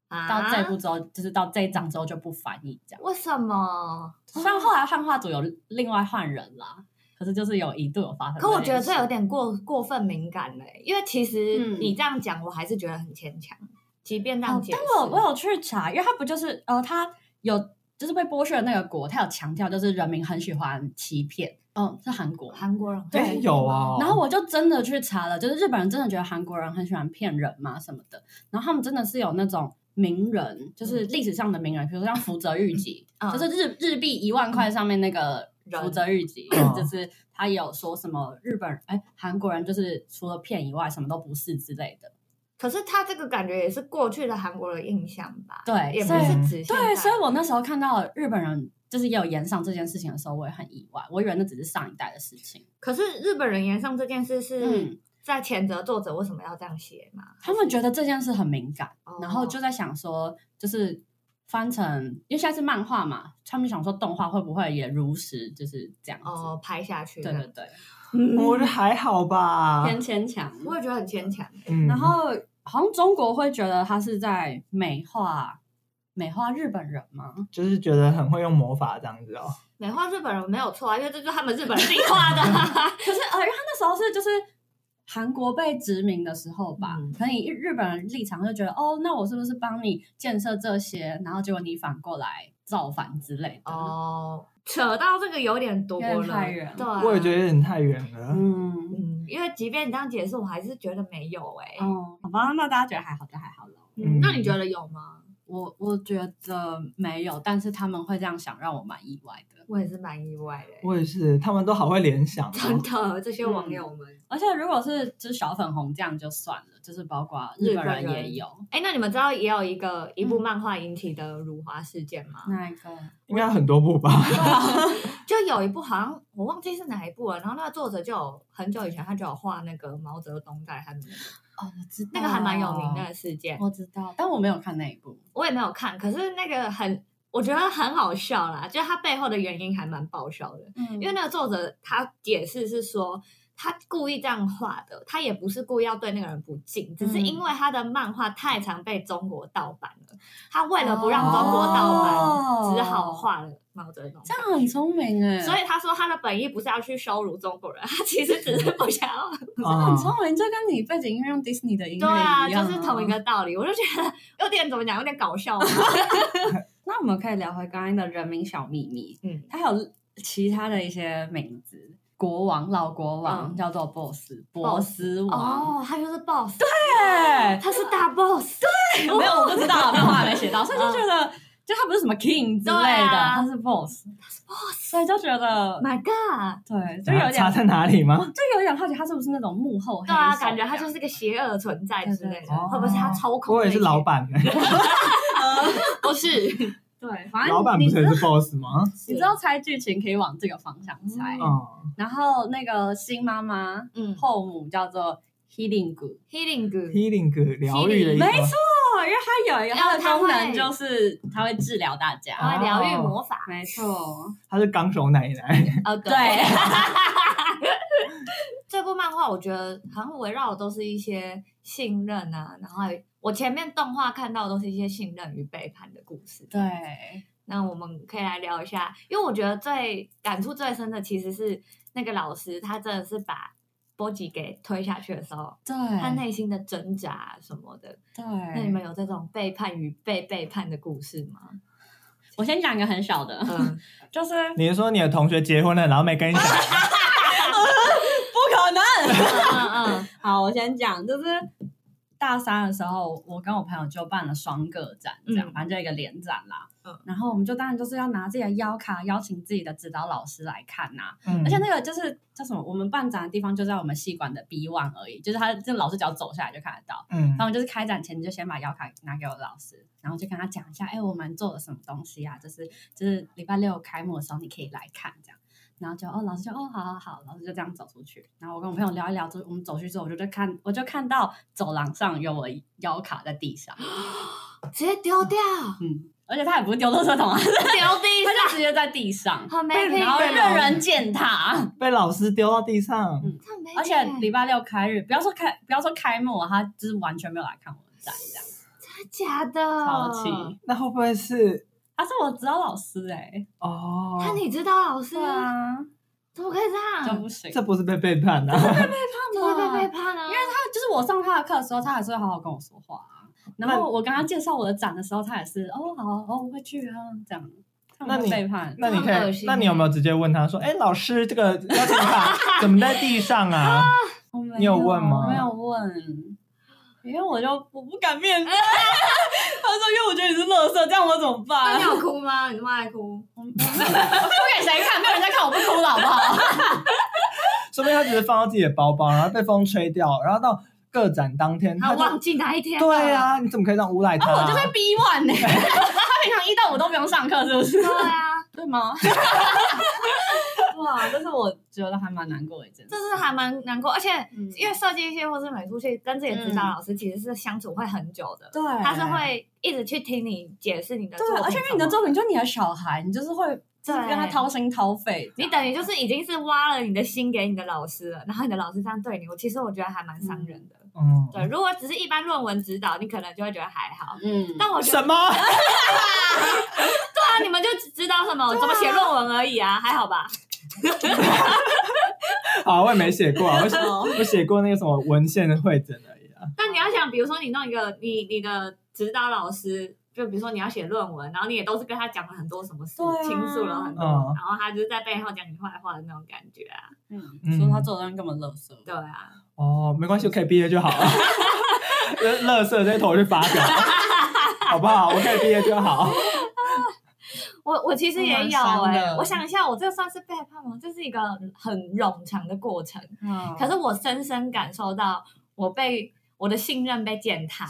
Speaker 1: 啊
Speaker 3: 到这一步之后，就是到这一章之后就不翻译这样。
Speaker 1: 为什么？
Speaker 3: 虽然后来汉化组有另外换人啦，可是就是有一度有发生件事。
Speaker 1: 可我觉得这有点过过分敏感嘞、因为其实
Speaker 3: 嗯
Speaker 1: 你这样讲，我还是觉得很牵强。即便这样
Speaker 3: 哦
Speaker 1: 解释，
Speaker 3: 但我我有去查，因为他不就是呃，他有就是被剥削的那个国，他有强调就是人民很喜欢欺骗，嗯，是韩国。
Speaker 5: 韩国人
Speaker 2: 哎有啊，
Speaker 3: 然后我就真的去查了，就是日本人真的觉得韩国人很喜欢骗人嘛什么的，然后他们真的是有那种名人，就是历史上的名人，比如说像福泽谕吉，
Speaker 5: 嗯
Speaker 3: [LAUGHS] 就是日日币一万块上面那个
Speaker 1: 人
Speaker 3: 福泽谕吉
Speaker 2: 嗯，
Speaker 3: 就是他有说什么日本哎韩国人就是除了骗以外什么都不是之类的，
Speaker 1: 可是他这个感觉也是过去的韩国的印象吧？
Speaker 3: 对
Speaker 1: 也不
Speaker 3: 所以
Speaker 1: 是指现在
Speaker 3: 对，所以我那时候看到日本人就是也有延上这件事情的时候，我也很意外，我以为那只是上一代的事情。
Speaker 1: 可是日本人言上这件事是
Speaker 3: 嗯
Speaker 1: 在谴责作者为什么要这样写嘛？
Speaker 3: 他们觉得这件事很敏感，
Speaker 1: 哦
Speaker 3: 然后就在想说，就是翻成，因为现在是漫画嘛，他们想说动画会不会也如实就是这样子？
Speaker 1: 哦嗯拍下去
Speaker 3: 对
Speaker 1: 的，
Speaker 3: 对对，
Speaker 2: 我
Speaker 3: 嗯
Speaker 2: 觉得还好吧，
Speaker 3: 偏牵强。
Speaker 1: 我也觉得很牵强。
Speaker 2: 嗯
Speaker 3: 然后好像中国会觉得他是在美化美化日本人吗？
Speaker 2: 就是觉得很会用魔法这样子哦，
Speaker 1: 美化日本人没有错啊，因为这就是他们日
Speaker 3: [LAUGHS]
Speaker 1: 本人自己画的啊。
Speaker 3: 可是呃，因为他那时候是就是。韩国被殖民的时候吧，
Speaker 1: 嗯
Speaker 3: 可能以日本人立场就觉得，哦，那我是不是帮你建设这些，然后结果你反过来造反之类的？
Speaker 1: 哦，扯到这个有点多
Speaker 3: 有
Speaker 1: 了，
Speaker 3: 点太远了
Speaker 1: 对啊、
Speaker 2: 我也觉得有点太远了。
Speaker 3: 嗯，
Speaker 1: 嗯，因为即便你这样解释，我还是觉得没有哎、
Speaker 3: 哦，好吧，那大家觉得还好就还好了。
Speaker 2: 嗯
Speaker 1: 那你觉得有吗？
Speaker 3: 我我觉得没有，但是他们会这样想，让我蛮意外的。
Speaker 1: 我也是蛮意外的、欸
Speaker 2: 我也是，他们都好会联想、哦，
Speaker 1: 真的，这些网友们，
Speaker 3: 而且如果是就是小粉红这样就算了，就是包括日本人
Speaker 1: 日本
Speaker 3: 也
Speaker 1: 人
Speaker 3: 有
Speaker 1: 哎、那你们知道也有一个一部漫画引起的辱华事件吗？
Speaker 3: 嗯那一个，
Speaker 2: 应该很多部
Speaker 3: [LAUGHS]
Speaker 2: 吧？
Speaker 1: 就有一部好像我忘记是哪一部了，然后那个作者就有很久以前他就有画那个毛泽东在他的那个
Speaker 3: 哦，我知道
Speaker 1: 那个还蛮有名的事件，
Speaker 3: 哦我知道，但我没有看那一部。
Speaker 1: 我也没有看，可是那个很我觉得很好笑啦，就是他背后的原因还蛮爆笑的。
Speaker 3: 嗯
Speaker 1: 因为那个作者他解释是说，他故意这样画的，他也不是故意要对那个人不敬，只是
Speaker 3: 嗯
Speaker 1: 因为他的漫画太常被中国盗版了，他为了不让中国盗版，
Speaker 3: 哦
Speaker 1: 只好画了毛泽东。
Speaker 3: 这样很聪明哎，
Speaker 1: 所以他说他的本意不是要去羞辱中国人，他其实只是不
Speaker 3: [LAUGHS]
Speaker 1: 想要。
Speaker 3: 很
Speaker 2: 啊，
Speaker 3: 聪明，就跟你背景音乐用 Disney 的音乐
Speaker 1: 对啊，
Speaker 3: 一样、
Speaker 1: 就是同一。个道理。我就觉得有点怎么讲，有点搞笑嘛。啊
Speaker 3: 那我们可以聊回刚刚的人民小秘密，
Speaker 1: [LAUGHS] 嗯，
Speaker 3: 他还有其他的一些名字，国王、老国王、
Speaker 1: 嗯
Speaker 3: 叫做 boss、波斯王。
Speaker 1: 哦，他就是 boss，
Speaker 3: 对，
Speaker 1: 他是大 boss。
Speaker 3: [LAUGHS]
Speaker 1: Oh
Speaker 3: 没有我不知道，没有话没写到，所以就觉得。就他不是什么 king 之类
Speaker 1: 嗯对
Speaker 3: 的，
Speaker 1: 啊
Speaker 3: 他是 boss，他是 boss，所以就觉得
Speaker 1: My God，
Speaker 3: 对，就
Speaker 2: 等一下
Speaker 3: 有点
Speaker 2: 差在哪里吗？
Speaker 3: 就有点好奇，他是不是那种幕后黑手
Speaker 1: 对啊，感觉他就是个邪恶的存在之类
Speaker 3: 对对哦
Speaker 2: 对
Speaker 1: 的，会不会是他操控？
Speaker 2: 我也是老，板、欸，
Speaker 3: [LAUGHS]
Speaker 1: 不是，
Speaker 3: 这样对，反正
Speaker 2: 老板
Speaker 3: 你
Speaker 2: 不
Speaker 3: 知
Speaker 2: 是
Speaker 3: 道
Speaker 2: 也是 boss 吗？
Speaker 3: 你知道猜剧情可以往这个方向猜。
Speaker 2: 嗯
Speaker 3: 然后那个新妈妈
Speaker 1: 嗯
Speaker 3: 后母叫做 Healing Gu，
Speaker 1: ，healing，
Speaker 2: ，healing 疗愈的意思吗，
Speaker 3: 没错哦，因为它有一个它的
Speaker 1: 然后
Speaker 3: 功
Speaker 1: 它会
Speaker 3: 能就是它会治疗大家，
Speaker 1: 然后疗愈魔法，
Speaker 3: 没错，
Speaker 2: 她是纲手奶
Speaker 1: [LAUGHS]
Speaker 2: 奶，
Speaker 1: 呃，
Speaker 3: 对，
Speaker 1: 这部漫画我觉得好像围绕的都是一些信任啊，然后还有我前面动画看到的都是一些信任与背叛的故事。
Speaker 3: 对，
Speaker 1: [LAUGHS] 那我们可以来聊一下，因为我觉得最感触最深的其实是那个老师，他真的是把波吉给推下去的时候，
Speaker 3: 对，
Speaker 1: 他内心的挣扎什么的。
Speaker 3: 对，
Speaker 1: 那你
Speaker 3: 哎
Speaker 1: 们有这种背叛与被背叛的故事吗？
Speaker 3: 我先讲一个很小的，
Speaker 1: 嗯，
Speaker 3: 就是
Speaker 2: 你是说你的同学结婚了，然后没跟你讲？
Speaker 3: 不可能。
Speaker 1: [LAUGHS] [LAUGHS] 嗯嗯
Speaker 3: 好，我先讲，就是大三的时候，我跟我朋友就办了双个展，这样、
Speaker 1: 嗯
Speaker 3: 反正就一个联展啦。
Speaker 1: 嗯
Speaker 3: 然后我们就当然就是要拿自己的邀卡，邀请自己的指导老师来看啊呐、
Speaker 2: 嗯
Speaker 3: 而且那个就是叫什么，我们办展的地方就在我们系馆的 B one 而已，就是他这老师只要走下来就看得到。
Speaker 2: 嗯
Speaker 3: 然后我就是开展前就先把邀卡拿给我老师，然后就跟他讲一下，哎、我们做了什么东西啊？就是就是礼拜六开幕的时候你可以来看这样。然后就哦，老师就哦，好好好，老师就这样走出去。然后我跟我朋友聊一聊，就是我们走去之后，我就在看，我就看到走廊上有我邀卡在地上，
Speaker 1: 嗯，直接丢掉，
Speaker 3: 嗯，而且他也不是 [LAUGHS] 丢垃圾桶啊， [LAUGHS]
Speaker 1: 丢地
Speaker 3: 他就
Speaker 1: 上，
Speaker 3: 直接在地上，
Speaker 1: 很没品
Speaker 3: 然后
Speaker 1: 耶
Speaker 3: 任人践踏。
Speaker 2: 被老师丢到地上，
Speaker 3: 嗯
Speaker 1: 很没品耶
Speaker 3: 而且礼拜六开日，不要说开，不要说开幕啊，他就是完全没有来看我的展，这样
Speaker 1: 假的，
Speaker 3: 超气。
Speaker 2: 那会不会是
Speaker 3: 他是我指导老师哎、
Speaker 2: 哦？
Speaker 1: 那你知道老师
Speaker 3: 对啊，
Speaker 1: 怎么可以这
Speaker 3: 就
Speaker 1: 样？
Speaker 3: 不行。
Speaker 2: 这不是被背叛啊？
Speaker 1: 怎么会被背叛呢？啊因为他
Speaker 3: 就是我上他的课的时候，他还是会好好跟我说话啊。然后我跟他介绍我的展的时候，他也是哦好哦我会去啊这样。
Speaker 2: 那你
Speaker 3: 背叛，啊
Speaker 2: 那你可
Speaker 1: 很恶
Speaker 2: 以，
Speaker 1: 心
Speaker 2: 那你有没有直接问他说：“哎，老师，这个邀请卡怎么在地上啊
Speaker 3: 我没
Speaker 2: 你有问吗
Speaker 3: 我没有问，因为我就我不敢面对。 [LAUGHS] 他说：“因为我觉得你是垃圾，这样我怎么办
Speaker 1: 那你有哭吗？你那么爱哭，？”
Speaker 3: 不给谁看，没有人在看，我不哭了，好不好？？”
Speaker 2: 说不定他只是放到自己的包包，然后被风吹掉，然后到个展当天
Speaker 1: [LAUGHS] 他
Speaker 2: 他就
Speaker 1: 忘记哪一天了。
Speaker 2: 对啊，你怎么可以这样诬赖他？
Speaker 3: [LAUGHS] 我就是 B one 呢，他平常一到五都不用上课，是不是
Speaker 1: 对？啊，
Speaker 3: 对吗？哇，这是我觉得还蛮难过的一件事
Speaker 1: 这。是还蛮难过，而且
Speaker 3: 嗯
Speaker 1: 因为设计系或是美术系跟自己的指导老师其实是相处会很久的，
Speaker 3: 对，
Speaker 1: 他是会一直去听你解释你的作品
Speaker 3: 对，啊
Speaker 1: 什么，
Speaker 3: 而且因为你的作品就是你的小孩，你就是会就是跟他掏心掏肺，
Speaker 1: 你等于就是已经是挖了你的心给你的老师了，然后你的老师这样对你，我其实我觉得还蛮伤人的。 [LAUGHS]
Speaker 2: 嗯，
Speaker 1: 对，如果只是一般论文指导，你可能就会觉得还好。
Speaker 3: 嗯，
Speaker 1: 但我觉
Speaker 2: 什
Speaker 1: 得，
Speaker 2: 么？
Speaker 1: 对啊，你们就只指导什么、怎么写论文而已啊，还好吧？
Speaker 2: [LAUGHS] 好，我也没写过啊，我写
Speaker 3: 哦
Speaker 2: 我写过那个什么文献的会诊而已啊。
Speaker 1: 但你要想，比如说你弄一个你你的指导老师，就比如说你要写论文，然后你也都是跟他讲了很多什么事，
Speaker 3: 对啊
Speaker 1: 倾诉了很多，
Speaker 2: 嗯
Speaker 1: 然后他就是在背后讲你坏话的那种感觉啊。
Speaker 3: 嗯，说他做的东西根本垃圾。
Speaker 1: 对啊，
Speaker 2: 哦，没关系，我可以毕业就好啊
Speaker 1: [LAUGHS]
Speaker 2: 了。乐色这些头去发表，好不好？我可以毕业就好。
Speaker 1: 我我其实也有
Speaker 3: 蛮伤
Speaker 1: 哎、
Speaker 3: 的
Speaker 1: 我想一下，我这算是背叛吗？这是一个很冗长的过程，
Speaker 3: 嗯
Speaker 1: 可是我深深感受到我被。我的信任被践踏，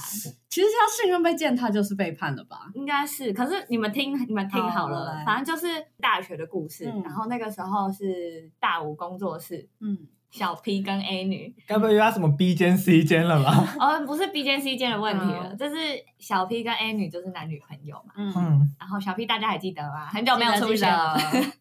Speaker 3: 其实他信任被践踏就是背叛了吧？
Speaker 1: 应该是。可是你们听，你们听
Speaker 3: 好
Speaker 1: 好
Speaker 3: 我
Speaker 1: 了，
Speaker 3: 来
Speaker 1: 反正就是大学的故事。
Speaker 3: 嗯
Speaker 1: 然后那个时候是大五工作室，
Speaker 3: 嗯，
Speaker 1: 小 P 跟 A
Speaker 3: [LAUGHS]
Speaker 1: 女，
Speaker 2: 该不会又要什么 B 间 C 间了吧？
Speaker 1: 哦，不是 B 间 C 间的问题了，
Speaker 3: 嗯
Speaker 1: 这是小 P 跟 A 女就是男女朋友嘛。
Speaker 3: 嗯，
Speaker 2: 嗯，
Speaker 1: 然后小 P 大家还记得吗？很久没有出
Speaker 3: 记
Speaker 1: 现了
Speaker 3: 得。记得
Speaker 1: [LAUGHS]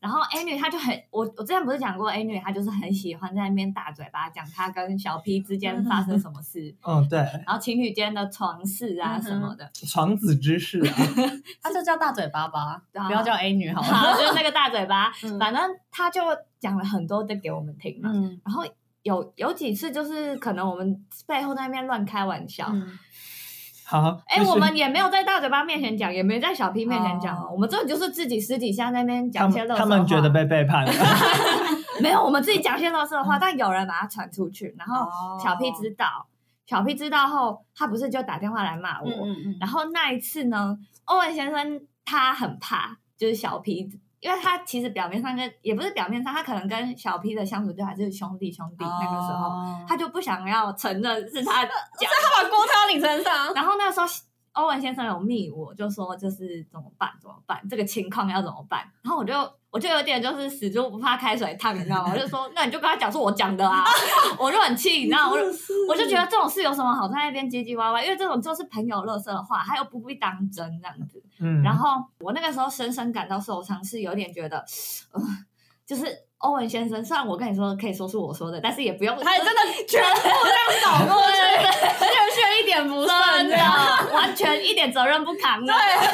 Speaker 1: 然后 A 女她就很，我我之前不是讲过，A 女她就是很喜欢在那边大嘴巴讲她跟小 P 之间发
Speaker 3: [LAUGHS]
Speaker 1: 生什么事，
Speaker 2: 嗯，对，
Speaker 1: 然后情侣间的床事啊
Speaker 3: 嗯哼
Speaker 1: 什么的。
Speaker 2: 床子之事啊，
Speaker 3: 他就叫大嘴巴吧，
Speaker 1: 对啊
Speaker 3: 不要叫 A 女好了。[LAUGHS]
Speaker 1: [LAUGHS] 好，就是那个大嘴巴，
Speaker 3: 嗯
Speaker 1: 反正她就讲了很多的给我们听嘛。
Speaker 3: 嗯
Speaker 1: 然后有有几次就是可能我们背后在那边乱开玩笑，
Speaker 3: 嗯，
Speaker 2: 好，
Speaker 1: [LAUGHS] 哎、
Speaker 2: 继续
Speaker 1: 我们也没有在大嘴巴面前讲，也没在小 P 面前讲哦。
Speaker 3: 哦
Speaker 1: 我们这种就是自己私底下那边
Speaker 2: 他
Speaker 1: 讲一些
Speaker 2: 们
Speaker 1: 乐色
Speaker 2: 他们觉得被背
Speaker 1: [LAUGHS]
Speaker 2: 叛了，
Speaker 1: 没有，我们自己讲一些乐色话，
Speaker 3: 嗯
Speaker 1: 但有人把它传出去，然
Speaker 3: 哦
Speaker 1: 后小 P 知道，小 P 知道后，他不是就打电话来骂我。
Speaker 3: 嗯嗯嗯，
Speaker 1: 然后那一次呢，欧文先生他很怕，就是小 P，因为他其实表面上跟也不是表面上，他可能跟小 P 的相处就还是兄弟兄弟那个时候，
Speaker 3: 哦
Speaker 1: 他就不想要承认是他讲
Speaker 3: 他把锅挑你身上，
Speaker 1: 然后那时候欧文先生有密我，就说就是怎么办怎么办，这个情况要怎么办？然后我就我就有点就是死猪不怕开水烫，你知道吗？我就说那你就跟他讲说我讲的啊，我就很气，你知道吗？我就我就觉得这种事有什么好在那边唧唧歪歪，因为这种就是朋友乐色的话，他又不必当真这样子。
Speaker 2: 嗯，
Speaker 1: 然后我那个时候深深感到受伤，是有点觉得，呃，就是欧文先生，虽然我跟你说可以说是我说的，但是也不用
Speaker 3: 他真的 [LAUGHS] 全部这样倒过去，正确一点不
Speaker 1: 真
Speaker 3: 剩
Speaker 1: 的完全一点责任不扛啊的。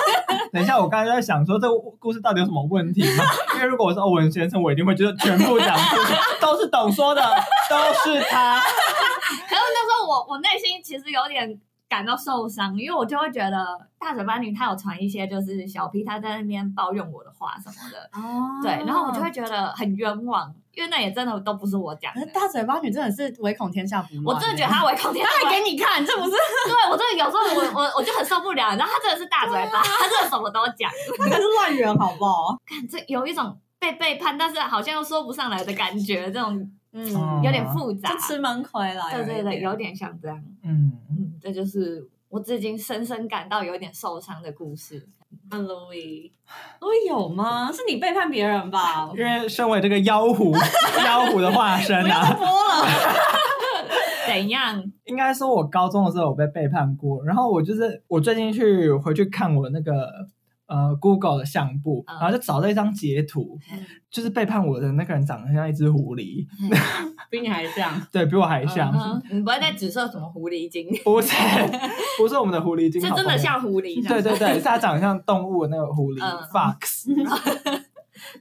Speaker 2: 等一下，我刚才就在想说这故事到底有什么问题吗？因为如果我是欧文先生，我一定会觉得全部讲出去，都是董说的，都是他，
Speaker 1: 可是那时候我我内心其实有点感到受伤，因为我就会觉得大嘴巴女她有传一些就是小 P 她在那边抱怨我的话什么的，
Speaker 3: 哦
Speaker 1: 对，然后我就会觉得很冤枉，因为那也真的都不是我讲
Speaker 3: 可是
Speaker 1: 的。
Speaker 3: 大嘴巴女真的是唯恐天下不乱，欸
Speaker 1: 我真的觉得她唯恐天下，
Speaker 3: 他还给你看，这 [LAUGHS] 不是
Speaker 1: 对我真的有时候我我我就很受不了，然后她真的是大嘴
Speaker 3: 啊
Speaker 1: 巴，她真的什么都讲，
Speaker 3: 那个是乱源好不 [LAUGHS] 好？
Speaker 1: 看这有一种被背叛，但是好像又说不上来的感觉，这种
Speaker 2: 嗯
Speaker 1: 有点复杂
Speaker 3: 哦就，吃闷亏了。
Speaker 1: 对对
Speaker 3: 一
Speaker 1: 对，
Speaker 3: 点
Speaker 1: 有点像这样，
Speaker 2: 嗯，
Speaker 1: 嗯，这就是我至今深深感到有点受伤的故事。
Speaker 3: 那 Louis，Louis 有吗？是你背叛别人啊吧？
Speaker 2: 因为身为这个妖狐，妖狐的化身
Speaker 1: [LAUGHS]
Speaker 3: 不要
Speaker 2: 啊
Speaker 3: 再，播了。
Speaker 1: 怎样？
Speaker 2: 应该说，我高中的时候有被背叛过，然后我就是我最近去回去看我那个呃 Google 的相簿，
Speaker 1: 嗯
Speaker 2: 然后就找到一张截图，就是背叛我的那个人长得很像一只狐狸，
Speaker 3: [LAUGHS] 比你还像，
Speaker 2: 对比我还像，
Speaker 1: 嗯哼你不会在指涉什么狐
Speaker 2: [LAUGHS]
Speaker 1: 狸精，
Speaker 2: 不是不是我们的狐狸精，
Speaker 1: 是
Speaker 2: 好
Speaker 1: 真
Speaker 2: 不好
Speaker 1: 的。像狐狸。
Speaker 2: 对，对对，是它长得像动物的那个狐狸、
Speaker 1: 嗯
Speaker 2: [LAUGHS] fox，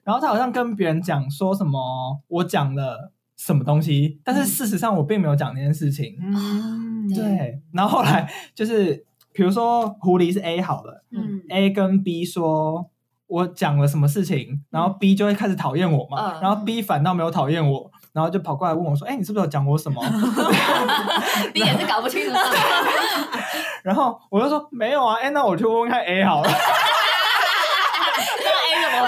Speaker 2: 然
Speaker 1: [LAUGHS]
Speaker 2: 后它好像跟别人讲说什么我讲了什么东西，但是
Speaker 1: 嗯
Speaker 2: 事实上我并没有讲那件事情，
Speaker 3: 嗯，
Speaker 2: 对，然后后来就是，比如说狐狸是 A 好了
Speaker 1: 嗯
Speaker 2: ，A 跟 B 说我讲了什么事情，然后 B 就会开始讨厌我嘛，
Speaker 1: 嗯
Speaker 2: 然后 B 反倒没有讨厌我，然后就跑过来问我说：“哎、你是不是有讲我什么？”
Speaker 1: 你也是搞
Speaker 3: [LAUGHS]
Speaker 1: 不清楚。 [LAUGHS]
Speaker 2: 然后我就说：“没有啊，哎、那我去问问看 A 好了。 [LAUGHS]
Speaker 3: 我
Speaker 1: A 怎么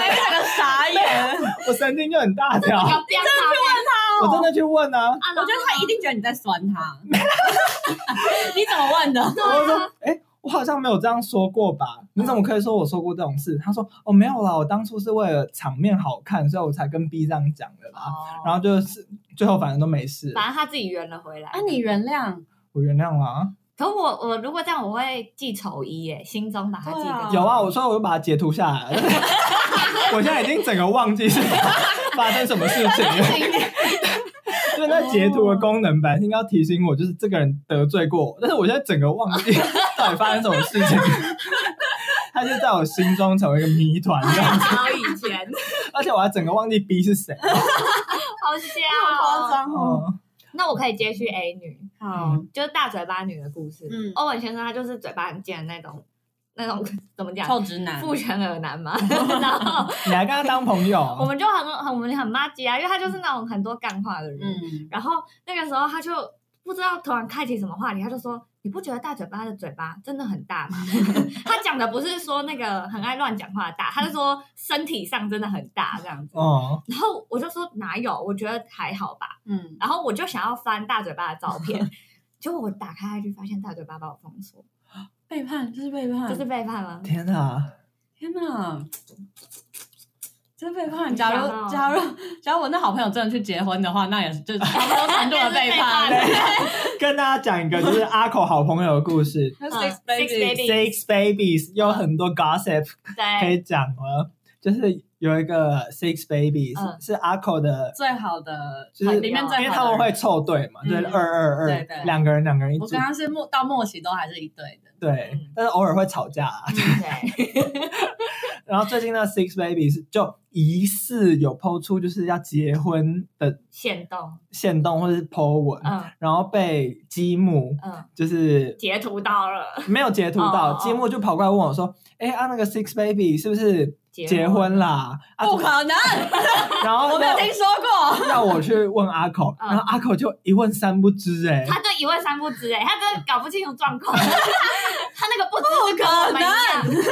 Speaker 1: 会
Speaker 3: 也整个傻眼，”
Speaker 2: 我神经就很大条，
Speaker 1: 要不要他？
Speaker 2: 我真的去问啊，
Speaker 1: 啊
Speaker 3: 我觉得他一定觉得你在酸他。 [LAUGHS] 你怎么问的？
Speaker 1: 啊
Speaker 2: 我就说：“哎、我好像没有这样说过吧？你怎么可以说我说过这种事？”他说：“哦，没有啦，我当初是为了场面好看，所以我才跟 B 这样讲的啦。
Speaker 1: 哦，
Speaker 2: 然后就是最后反正都没事，
Speaker 1: 反正他自己圆了回来。
Speaker 3: 啊，你原谅
Speaker 2: 我原谅了啊。
Speaker 1: 可我我如果这样，我会记仇一耶，心中把它记
Speaker 3: 对啊
Speaker 1: 得。
Speaker 2: 有啊，我说我就把它截图下来了， [LAUGHS] 我现在已经整个忘记是 [LAUGHS] 发生什么事情了。
Speaker 3: 啊
Speaker 2: 就是那截图的功能本来是应该要提醒我，就是这个人得罪过我，但是我现在整个忘记 [LAUGHS] 到底发生什么事情。他就在我心中成为一个谜团这样子，
Speaker 1: 好以前，
Speaker 2: 而且我还整个忘记 B 是谁。
Speaker 1: 好笑
Speaker 3: 好夸
Speaker 1: 哦。
Speaker 3: 张哦。
Speaker 2: 哦，
Speaker 1: [LAUGHS] 那我可以接续 A 女，
Speaker 3: 好，
Speaker 1: 就是大嘴巴女的故事。
Speaker 3: 嗯
Speaker 1: 欧文先生他就是嘴巴很贱的那种，那种 [LAUGHS] 怎么讲？
Speaker 3: 臭直男，
Speaker 1: 父权耳男
Speaker 3: [LAUGHS]
Speaker 1: 嘛， [LAUGHS] 然后
Speaker 2: 你还跟他当朋友？
Speaker 1: 我们就很很我们很骂街啊，因为他就是那种很多干话的人。
Speaker 3: 嗯，
Speaker 1: 然后那个时候他就不知道突然开启什么话题，他就说：“你不觉得大嘴巴的嘴巴真的很大吗？” [LAUGHS] 他讲的不是说那个很爱乱讲话的大，他是说身体上真的很大这样子。
Speaker 2: 哦，
Speaker 1: 然后我就说哪有，我觉得还好吧。
Speaker 3: 嗯，
Speaker 1: 然后我就想要翻大嘴巴的照片，结果我打开 IG 发现大嘴巴把我封锁，
Speaker 3: 背叛就是背叛，
Speaker 1: 这是背叛
Speaker 2: [LAUGHS]
Speaker 1: 吗？
Speaker 2: 天哪！
Speaker 3: 天哪，真背叛！
Speaker 1: 你
Speaker 3: 假
Speaker 1: 想到
Speaker 3: 如假如假如我那好朋友真的去结婚的话，那也是 [LAUGHS] 就是差不多程度的背叛。
Speaker 1: 对
Speaker 2: 跟大家讲一个就是阿口好朋友的故事 [LAUGHS]
Speaker 3: 那
Speaker 1: 嗯
Speaker 3: Six
Speaker 1: ，Six
Speaker 3: Baby，
Speaker 1: Baby
Speaker 2: ，Six Babies 有很多 gossip [LAUGHS] 可
Speaker 1: 对，
Speaker 3: 哎
Speaker 2: 以讲了，就是有一个 Six Babies、
Speaker 1: 嗯
Speaker 2: 是阿口的，
Speaker 3: 最好的
Speaker 2: 就是
Speaker 3: 里面
Speaker 2: 因
Speaker 3: 最
Speaker 2: 为
Speaker 3: 好的
Speaker 2: 他们会凑对嘛，
Speaker 3: 嗯
Speaker 2: 就是二二
Speaker 3: 对
Speaker 2: 二，
Speaker 3: 对
Speaker 2: 两个人两个人一
Speaker 3: 我
Speaker 2: 组
Speaker 3: 跟，他是末到末期都还是一对的。
Speaker 2: 对
Speaker 1: 嗯，
Speaker 2: 但是偶尔会吵架啊、
Speaker 3: 嗯
Speaker 1: 对， [LAUGHS]
Speaker 2: 然后最近那 Six Babies 就疑似有抛出就是要结婚的
Speaker 1: 限动，
Speaker 2: 线动或是 po 文，
Speaker 1: 嗯
Speaker 2: 然后被积木
Speaker 1: 嗯，
Speaker 2: 就是
Speaker 1: 截图到了，
Speaker 2: 没有截图到，
Speaker 1: 哦哦
Speaker 2: 积木就跑过来问我说：“哎、啊，那个 Six Baby 是不是结婚啦？” [LAUGHS] 啊，
Speaker 3: 不
Speaker 2: 怎么
Speaker 3: 可能，
Speaker 2: 然后
Speaker 3: 哦我没有
Speaker 2: 要
Speaker 3: 听说过。
Speaker 2: 要我去问阿口，
Speaker 1: 嗯
Speaker 2: 然后阿口就一问三不知、欸，
Speaker 1: 他就一问三不知哎、欸，他真的搞不清楚状况， [LAUGHS] 他那个不知是跟我们一样。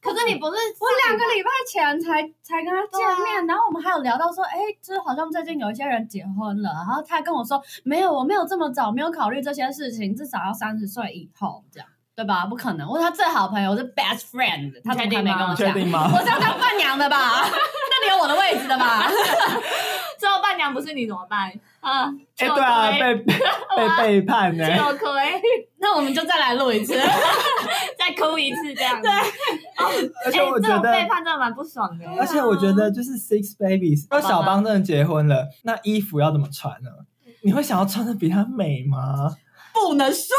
Speaker 1: 可是你不是
Speaker 3: 嗯我两个礼拜前才才跟他见面，然后我们还有聊到说，哎，就是好像最近有一些人结婚了，然后他跟我说，没有，我没有这么早，没有考虑这些事情，至少要三十岁以后这样，对吧？不可能，我是他最好的朋友，我是 best friend，他怎么还没跟我
Speaker 2: 你确
Speaker 3: 讲？
Speaker 2: 定
Speaker 1: [LAUGHS]
Speaker 2: 吗？
Speaker 3: 我是要当伴娘的吧？ [LAUGHS] 那你有我的位置的吧？ [LAUGHS]
Speaker 1: 最后伴娘不是你怎么办？啊，
Speaker 2: 哎、
Speaker 1: 就
Speaker 2: 对啊，
Speaker 1: 亏 [LAUGHS]
Speaker 2: 被被被背叛呢、欸。
Speaker 1: 就亏，
Speaker 3: 那我们就再来录一次。
Speaker 1: 再哭一次这样子。
Speaker 2: 而
Speaker 1: 而
Speaker 2: 且我
Speaker 1: 哎这
Speaker 2: 觉
Speaker 1: 种
Speaker 2: 得，
Speaker 1: 背叛真的啊蛮不爽的、欸
Speaker 2: 而且我觉得就是 Six Babies，如果小邦真的结婚了，那衣服要怎么穿呢？你会想要穿的比她美吗？
Speaker 3: 不能说，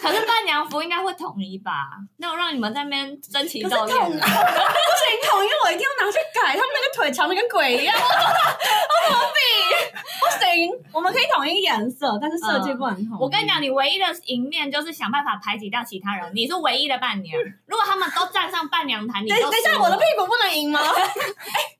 Speaker 1: 可是伴娘服应该会统一吧？那我让你们在那边争奇
Speaker 3: 可是
Speaker 1: 斗
Speaker 3: 统一不
Speaker 1: 艳
Speaker 3: 行，。统一我一定要拿去改，他们那个腿长的跟鬼一样，我怎么比？不行，我们可以统一颜色，但是设计不能统一
Speaker 1: 我跟你，讲，你唯一的赢面就是想办法排挤掉其他人。你是唯一的伴娘，如果他们都站上伴娘台，你
Speaker 3: 等
Speaker 1: 就
Speaker 3: 等一下，
Speaker 1: 输了
Speaker 3: 我的屁股不能赢吗？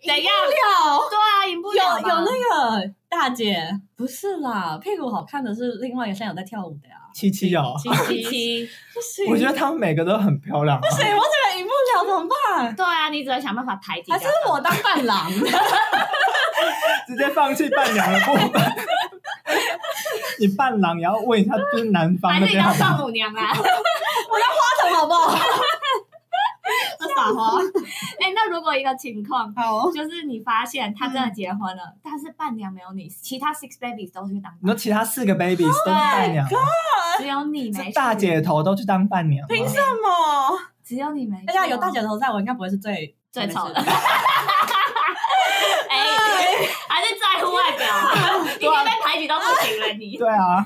Speaker 1: 怎样？
Speaker 3: 不
Speaker 1: 对啊，赢不了
Speaker 3: 了，
Speaker 1: 吧
Speaker 3: 有有那个大姐，不是啦，屁股好看的是另外一个现在有在跳舞的呀。
Speaker 2: 七七哦，
Speaker 1: 七七，
Speaker 3: 不行，
Speaker 2: 我觉得她们每个都很漂亮、啊。
Speaker 1: [LAUGHS]
Speaker 3: 不行，我这个赢不了怎么办？
Speaker 1: 对啊，你只能想办法排挤。
Speaker 3: 还是我当伴郎？
Speaker 2: 直接放弃伴娘的部
Speaker 1: [LAUGHS]
Speaker 2: 分。你伴郎也要问一下，就是男方
Speaker 1: 还
Speaker 2: 那
Speaker 1: 是你
Speaker 2: 边好
Speaker 1: 当
Speaker 2: 吗？
Speaker 1: 丈母娘啊？ [LAUGHS]
Speaker 3: 花筒好不好？我撒花
Speaker 1: 哎、那如果一个情况
Speaker 3: 好，
Speaker 1: 就是你发现他真的结婚了，
Speaker 3: 嗯
Speaker 1: 但是伴娘没有你，其他 six babies 都去当
Speaker 2: 你说其他四个 babies 都是伴
Speaker 1: Oh
Speaker 2: 娘，啊
Speaker 1: 只有你没
Speaker 2: 是
Speaker 1: 去
Speaker 2: 大，姐头都去当伴娘啊吗，
Speaker 3: 凭什么？
Speaker 1: 只有你没去哦。
Speaker 3: 大哎啊家有大姐头在，我应该不会是最
Speaker 1: 最丑的
Speaker 3: 没事。
Speaker 1: 哎、还是
Speaker 2: [LAUGHS] 啊
Speaker 1: 在乎外表啊，已经被排挤到不行了你。
Speaker 2: 对啊，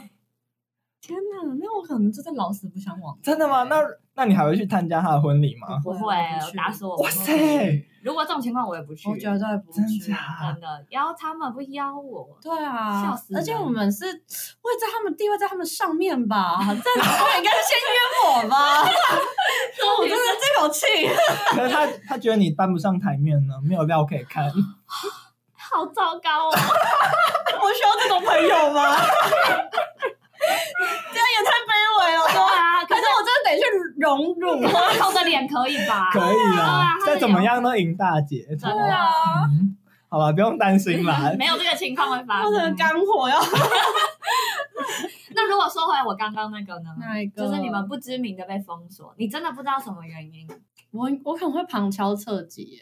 Speaker 3: 天哪，那我可能就是老死不相往来。
Speaker 2: 真的吗？那那你还会去参加他的婚礼吗？
Speaker 1: 不
Speaker 3: 不
Speaker 1: 会
Speaker 3: 会我不，去
Speaker 1: 打死我！
Speaker 2: 哇塞，！
Speaker 1: 如果这种情况我也不去，
Speaker 3: 嗯我绝对不
Speaker 2: 真
Speaker 3: 去。
Speaker 2: 假？
Speaker 1: 真的邀他们不邀我，
Speaker 3: 对啊，
Speaker 1: 笑死人
Speaker 3: 而且我们是位在他们地位在他们上面 [LAUGHS] 吧？这我应该先约 [LAUGHS] 我吧？我真的这口气，
Speaker 2: 可是他他觉得你搬不上台面呢，没有料可以
Speaker 3: 啊
Speaker 2: 看，
Speaker 1: 好糟糕哦！
Speaker 3: 我需要这种朋友吗？这样也太卑微了
Speaker 1: 对
Speaker 3: 吧。
Speaker 1: 啊，可
Speaker 3: 可
Speaker 1: 是
Speaker 3: 是我真的得去融入。
Speaker 1: 我头的脸可以吧？
Speaker 2: 可以啦
Speaker 1: 啊，他
Speaker 2: 再
Speaker 1: 有
Speaker 2: 怎么样都赢大姐。
Speaker 1: 真
Speaker 3: 对
Speaker 1: 的
Speaker 3: 啊，
Speaker 2: 嗯，好吧，不用担心
Speaker 3: [LAUGHS]
Speaker 2: 啦。
Speaker 1: 没有这个情况会发
Speaker 3: 我的
Speaker 1: 生。
Speaker 3: 肝火要
Speaker 1: 那如果说回来我刚刚那个呢？
Speaker 3: 那一个
Speaker 1: 就是你们不知名的被封锁，你真的不知道什么原因。
Speaker 3: 我我可能会旁敲侧击耶。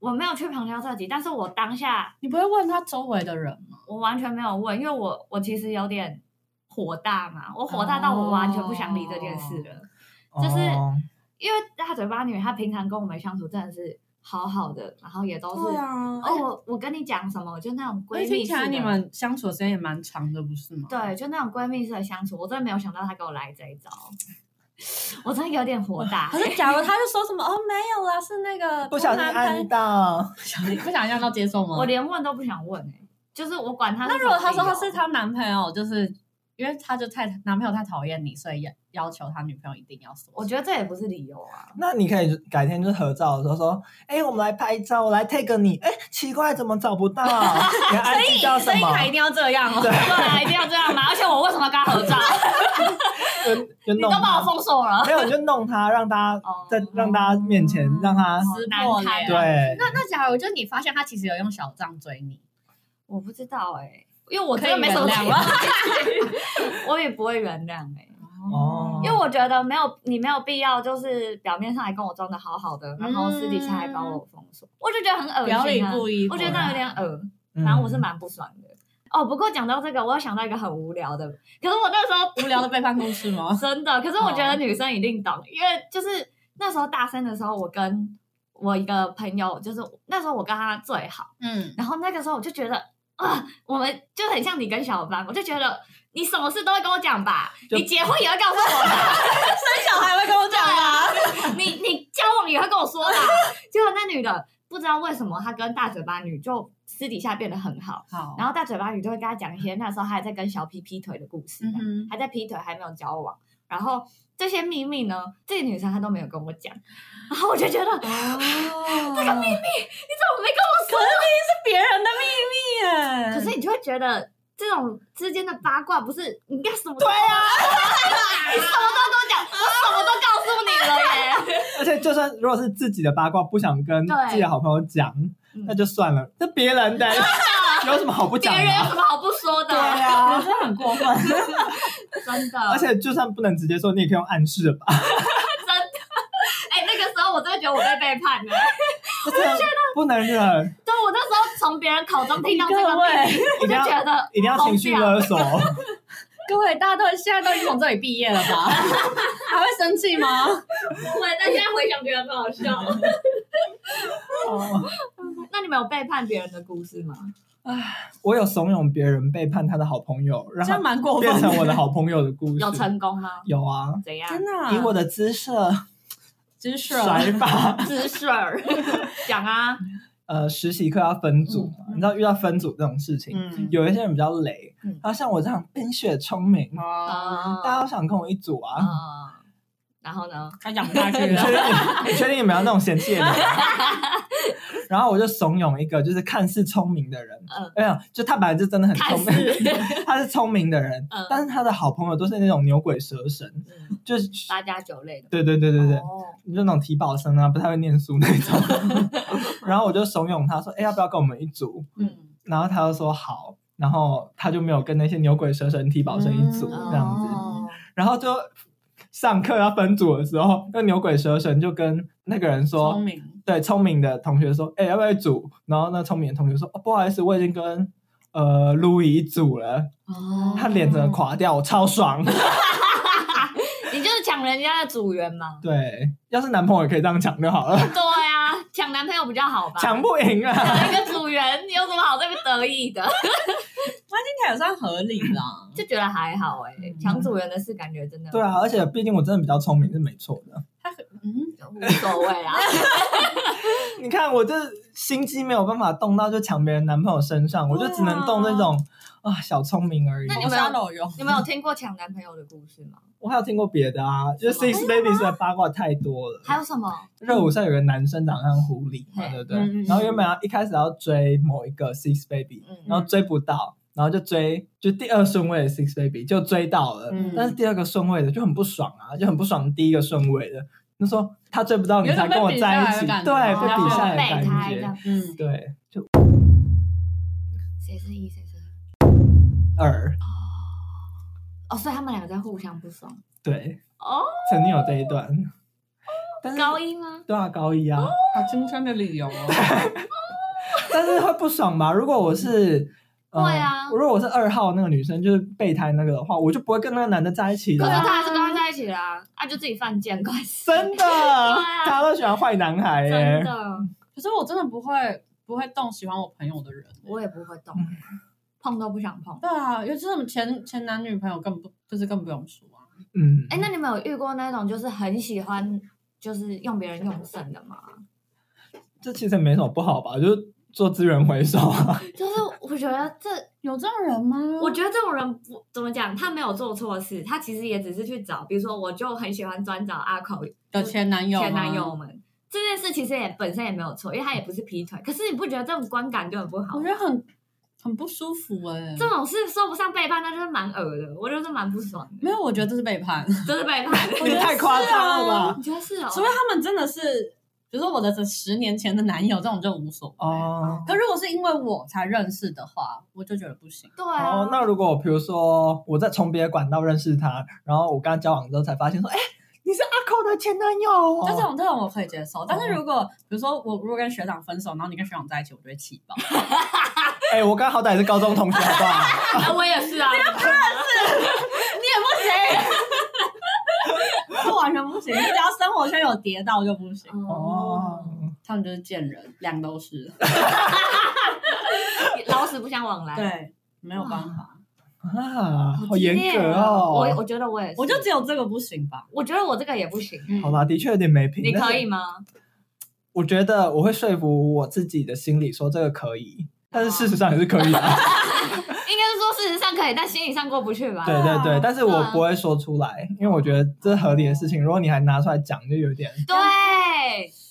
Speaker 1: 我没有去旁敲侧击，但是我当下
Speaker 3: 你不会问他周围的人吗？
Speaker 1: 我完全没有问，因为我我其实有点火大嘛，我火大到
Speaker 3: 哦
Speaker 1: 我完全不想理这件事了。就是
Speaker 2: 哦
Speaker 1: 因为大嘴巴女她平常跟我们相处真的是好好的，然后也都是、
Speaker 3: 啊
Speaker 1: 哦，我我跟你讲什么，就那种
Speaker 3: 而且
Speaker 1: 闺
Speaker 3: 听
Speaker 1: 蜜
Speaker 3: 起
Speaker 1: 式
Speaker 3: 来
Speaker 1: 的，
Speaker 3: 你们相处的时间也蛮长的，不 [LAUGHS] 是吗？
Speaker 1: 对，就那种闺蜜式的相处，我真的没有想到她给我来这一招，我真的有点火
Speaker 3: [LAUGHS]
Speaker 1: 大
Speaker 3: 可。是，假如他就说什么哦，没有啦，是那个
Speaker 2: 不小心
Speaker 3: 通常
Speaker 2: 按到，
Speaker 3: 你不想让他接受吗？
Speaker 1: 我连问都不想问哎、就是我管她。
Speaker 3: 那如果他说他是，她男朋友，就是因为他就太男朋友太讨厌你，所以要要求他女朋友一定要说。
Speaker 1: 我觉得这也不是理由啊。
Speaker 3: [LAUGHS]
Speaker 2: 那你可以改天就是合照的时候说，哎，我们来拍照，我来 take 你，哎，奇怪，怎么找不
Speaker 3: [LAUGHS]
Speaker 2: 到？你的 IG 叫什
Speaker 3: 所以
Speaker 2: 么？
Speaker 3: 他一定要这样哦。
Speaker 1: 对啊，一定要这样嘛！而且我为什么要跟他合
Speaker 3: [LAUGHS]
Speaker 1: 照？
Speaker 2: 就就
Speaker 1: 你
Speaker 2: 弄
Speaker 1: 都把
Speaker 2: 他，
Speaker 1: 我封锁了，
Speaker 2: 没有你就弄他，让大家
Speaker 1: [LAUGHS] 哦
Speaker 2: 在让大家面前让他
Speaker 3: 撕破
Speaker 1: 难
Speaker 3: 脸
Speaker 1: 堪。
Speaker 3: [LAUGHS]
Speaker 2: 对
Speaker 3: 哦那那假如就你发现他其实有用小账追你，
Speaker 1: 我不知道哎、因为我
Speaker 3: 可
Speaker 1: 真
Speaker 3: 以
Speaker 1: 的没什么
Speaker 3: 原谅
Speaker 1: 情
Speaker 3: 吗
Speaker 1: 绪我也不会原谅哎、
Speaker 2: 哦
Speaker 1: 因为我觉得没有你没有必要，就是表面上还跟我装的好好的，然后私底下还把我封锁，我就觉得很恶
Speaker 3: 表里
Speaker 1: 心、啊，
Speaker 3: 不一，
Speaker 1: 我觉得那有点恶，
Speaker 2: 嗯
Speaker 1: 反正我是蛮不爽的。哦，不过讲到这个，我又想到一个很无聊的，可是我那时候？
Speaker 3: 无聊的背叛故事吗
Speaker 1: 真的，可是我觉得女生一定懂，因为就是那时候大三的时候，我跟我一个朋友，就是那时候我跟他最好。
Speaker 3: [LAUGHS] 嗯，
Speaker 1: 然后那个时候我就觉得啊，我们就很像你跟小班，我就觉得你什么事都会跟我讲吧，
Speaker 2: 就
Speaker 1: 你结婚也会告诉我吧，
Speaker 3: 生小孩会跟我讲吗？
Speaker 1: 你你交往也会跟我说吧。结果那女的不知道为什么，她跟大嘴巴女就私底下变得很好，
Speaker 3: 好，
Speaker 1: 然后大嘴巴女就会跟她讲一些那时候还在跟小 P 劈腿的故事，
Speaker 3: 嗯哼，
Speaker 1: 还在劈腿还没有交往，然后。这些秘密呢，这个女生她都没有跟我讲，然后我就觉得你
Speaker 3: 哦，
Speaker 1: 怎
Speaker 3: 这个秘密
Speaker 1: 么没跟我说？
Speaker 3: 是别人的秘密耶。
Speaker 1: 可是你就会觉得这种之间的八卦不是你干什么？对啊，你什么都跟我讲，我什么都告诉你了耶。
Speaker 2: 而且就算如果是自己的八卦不想跟
Speaker 1: 对
Speaker 2: 自己的好朋友讲，
Speaker 1: 嗯啊
Speaker 2: 那就算了，那别人的 [LAUGHS] 有什么好不
Speaker 1: 别
Speaker 2: 讲
Speaker 1: 人有
Speaker 2: 的？啊
Speaker 1: 什么好不说的？
Speaker 3: 啊，真的很过 [LAUGHS] 分。
Speaker 1: 真的，
Speaker 2: 而且就算不能直接说，你也可以用暗示吧。
Speaker 1: [LAUGHS] 哎，那个时候我真的觉得我被背叛了。
Speaker 2: 真的不能忍，
Speaker 1: 对，我那时候从别人口中听到这个
Speaker 3: 各位
Speaker 1: 秘密，我
Speaker 2: 一定
Speaker 1: 就
Speaker 2: 要
Speaker 1: 觉得
Speaker 2: 一定要情绪勒索。
Speaker 3: 各位，大家都现在都已经从这里毕业了吧？ [LAUGHS] 还会生气吗？
Speaker 1: 我但现在回想觉得很好笑。
Speaker 2: [LAUGHS]
Speaker 1: [LAUGHS]
Speaker 2: 哦
Speaker 1: 那你们有背叛别人的故事吗？
Speaker 2: 我有怂恿别人背叛他的好朋友，让
Speaker 3: 这样
Speaker 2: 他
Speaker 3: 蛮过分
Speaker 2: 变
Speaker 3: 的。
Speaker 2: 成我的好朋友的故事。
Speaker 1: 有成功吗？
Speaker 2: [LAUGHS] 有啊，
Speaker 1: 怎样？
Speaker 3: 真的啊、
Speaker 2: 以我的姿色
Speaker 3: 知识啊
Speaker 2: 甩法。
Speaker 1: 姿势儿 [LAUGHS] 讲啊，
Speaker 2: [LAUGHS] 呃，实习课要分组嘛，你知道遇到分组这种事情，
Speaker 3: 嗯
Speaker 2: 有一些人比较雷，
Speaker 1: 嗯
Speaker 2: 然后像我这样冰雪聪明，
Speaker 3: 啊，
Speaker 1: 嗯
Speaker 2: 大家都想跟我一组啊。
Speaker 1: 嗯，然后呢？
Speaker 3: 他养不下去
Speaker 2: 你
Speaker 3: [LAUGHS]
Speaker 2: 确
Speaker 3: 了。
Speaker 2: 定你？你确定你们要那种嫌
Speaker 1: [LAUGHS]
Speaker 2: 弃的脸？然后我就怂恿一个就是看似聪明的人，
Speaker 1: 嗯
Speaker 2: 没有，就他本来就真的很聪
Speaker 1: 看
Speaker 2: 明， [LAUGHS] 他是聪明的人，
Speaker 1: 嗯
Speaker 2: 但是他的好朋友都是那种牛鬼蛇神，
Speaker 1: 嗯
Speaker 2: 就是
Speaker 1: 八加九类的。
Speaker 2: 对对对对对，
Speaker 1: 哦
Speaker 2: 就那种体保生啊，不太会念书那种。 [LAUGHS] 然后我就怂恿他说：“哎、要不要跟我们一组？”
Speaker 3: 嗯，
Speaker 2: 然后他就说好，然后他就没有跟那些牛鬼蛇神体保生一组、
Speaker 3: 嗯
Speaker 2: 这样子。
Speaker 1: 哦
Speaker 2: 然后就上课要分组的时候，那牛鬼蛇神就跟那个人说
Speaker 3: 聪，明，
Speaker 2: 对聪明的同学说，哎、要不要一组？然后那聪明的同学说，哦，不好意思，我已经跟呃路易一组了。
Speaker 3: 哦
Speaker 2: 他脸整个垮掉，我超爽。？
Speaker 1: 你就是抢人家的组员嘛
Speaker 2: 对，要是男朋友也可以这样抢就好
Speaker 1: [LAUGHS]
Speaker 2: 了，
Speaker 1: 对啊，抢男朋友比较好吧？
Speaker 2: 抢不赢啊。
Speaker 1: 抢一个组员，你有什么好这边得意的？
Speaker 3: 听起来也算合理 [LAUGHS] 啦。
Speaker 1: 就觉得还好哎、
Speaker 3: 嗯
Speaker 1: 抢组员的事感觉真的
Speaker 2: 对啊，而且毕竟我真的比较聪明是没错的。 [LAUGHS]
Speaker 3: 嗯，
Speaker 1: 无所谓啊，
Speaker 2: 你看，我这心机没有办法动到就抢别人男朋友身上，我就只能动那种啊小聪明而已。
Speaker 1: 那你
Speaker 3: 红
Speaker 1: 们
Speaker 3: 烧肉有
Speaker 1: 你们有听过抢男朋友的故事吗？
Speaker 2: 我还有听过别的啊，就是 Six Ladies 的八卦太多了。
Speaker 1: 还有什么？
Speaker 2: 热舞上有个男生长得像狐狸嘛，
Speaker 1: 嘿
Speaker 2: 对不对？
Speaker 3: 嗯嗯嗯嗯
Speaker 2: 然后原本要一开始要追某一个 Six Baby，、
Speaker 1: 嗯
Speaker 2: 然后追不到，然后就追就第二顺位的 Six Baby 就追到了，
Speaker 3: 嗯
Speaker 2: 但是第二个顺位的就很不爽啊，就很不爽第一个顺位的，就说他追不到你
Speaker 3: 有种
Speaker 2: 才跟我
Speaker 3: 被比
Speaker 2: 在
Speaker 3: 下
Speaker 2: 一
Speaker 3: 来的
Speaker 2: 起，
Speaker 3: 感觉
Speaker 2: 对，
Speaker 3: 哦
Speaker 2: 被比下来的
Speaker 1: 备
Speaker 2: 感
Speaker 1: 胎这样
Speaker 2: 觉，，
Speaker 3: 嗯，
Speaker 2: 对，就
Speaker 1: 谁是一谁是二
Speaker 2: 二，
Speaker 1: 哦，所以他们两个在互相不爽
Speaker 2: 对，
Speaker 1: 哦。
Speaker 2: 曾经有这一段，
Speaker 3: 哦
Speaker 2: 但是
Speaker 1: 高一吗？
Speaker 2: 对啊，高一啊，
Speaker 3: 好青春的理由哦。
Speaker 2: 但是会不爽吧？如果我是。呃
Speaker 1: 会啊
Speaker 2: 如果我是二号那个女生，就是备胎那个的话，我就不会跟那个男的在一起
Speaker 1: 可
Speaker 2: 了
Speaker 1: 是
Speaker 2: 啊。
Speaker 1: 他还是跟他在一起啦、啊，就自己犯贱，怪事。
Speaker 2: 真的，大家都喜欢坏男孩耶、
Speaker 1: 啊真的，
Speaker 3: 可是我真的不会不会动喜欢我朋友的人。
Speaker 1: 我也不会动，碰都不想碰。
Speaker 3: 对啊，尤其是我们前前男女朋友更不就是更不用说啊。
Speaker 2: 嗯，
Speaker 1: 哎、那你们有遇过那种就是很喜欢就是用别人用剩的吗？
Speaker 2: 这其实没什么不好吧，就是做资源回收
Speaker 1: [LAUGHS]
Speaker 2: 啊。
Speaker 1: 就是我觉得这，
Speaker 3: 有这种人吗？
Speaker 1: 我觉得这种人不怎么讲，他没有做错事，他其实也只是去找，比如说我就很喜欢专找阿口
Speaker 3: 的前男友吗
Speaker 1: 前男友，们。这件事其实也本身也没有错，因为他也不是劈腿。可是你不觉得这种观感就很不好
Speaker 3: 我
Speaker 1: 吗
Speaker 3: 觉？得很很不舒服哎、
Speaker 1: 这种事说不上背叛，那就是蛮恶的，我就是蛮不爽的，
Speaker 3: 没有，我觉得这是背叛。
Speaker 1: 真是背叛。
Speaker 2: 你太夸张了吧？
Speaker 1: 你觉得是哦？
Speaker 3: 除非他们真的是，比如说我的这十年前的男友这种就无所谓。
Speaker 2: 哦
Speaker 3: 可如果是因为我才认识的话，我就觉得不行。
Speaker 1: 对啊，
Speaker 2: 哦，那如果比如说我在从别的管道认识他，然后我跟他交往之后才发现说，哎、你是阿寇的前男友
Speaker 3: 就这
Speaker 2: 哦，
Speaker 3: 种这种我可以接受，但是如果比如说我如果跟学长分手，然后你跟学长在一起，我就会气爆。
Speaker 2: 哎、我刚好歹也是高中同学，好不好？
Speaker 1: 啊，我也是啊，
Speaker 3: 你也不行，我完全不行。你只要生活圈有跌到就不行，
Speaker 2: [LAUGHS] 哦，
Speaker 3: [LAUGHS] 他们就是贱人，两都是。
Speaker 1: 老死不相往来。
Speaker 3: 对，没有办法，
Speaker 2: 啊，好
Speaker 1: 激
Speaker 2: 严
Speaker 1: 烈
Speaker 2: 格
Speaker 1: 啊
Speaker 2: 哦。
Speaker 1: 我我觉得我也是，
Speaker 3: 我就只有这个不行吧。
Speaker 1: 我觉得我这个也不行，
Speaker 3: 嗯
Speaker 2: 好吧，的确有点没品。
Speaker 1: 你
Speaker 2: 但
Speaker 1: 可
Speaker 2: 是
Speaker 1: 以吗？
Speaker 2: 我觉得我会说服我自己的心理，说这个可以，
Speaker 3: 哦
Speaker 2: 但是事实上也是可
Speaker 3: [LAUGHS]
Speaker 2: 以的、
Speaker 1: 应该是说事实上可以，但心理上过不去吧？
Speaker 2: 对对对，但是
Speaker 3: 嗯
Speaker 2: 我不会说出来，因为我觉得这是合理的事情。如果你还拿出来讲，就有点
Speaker 1: 对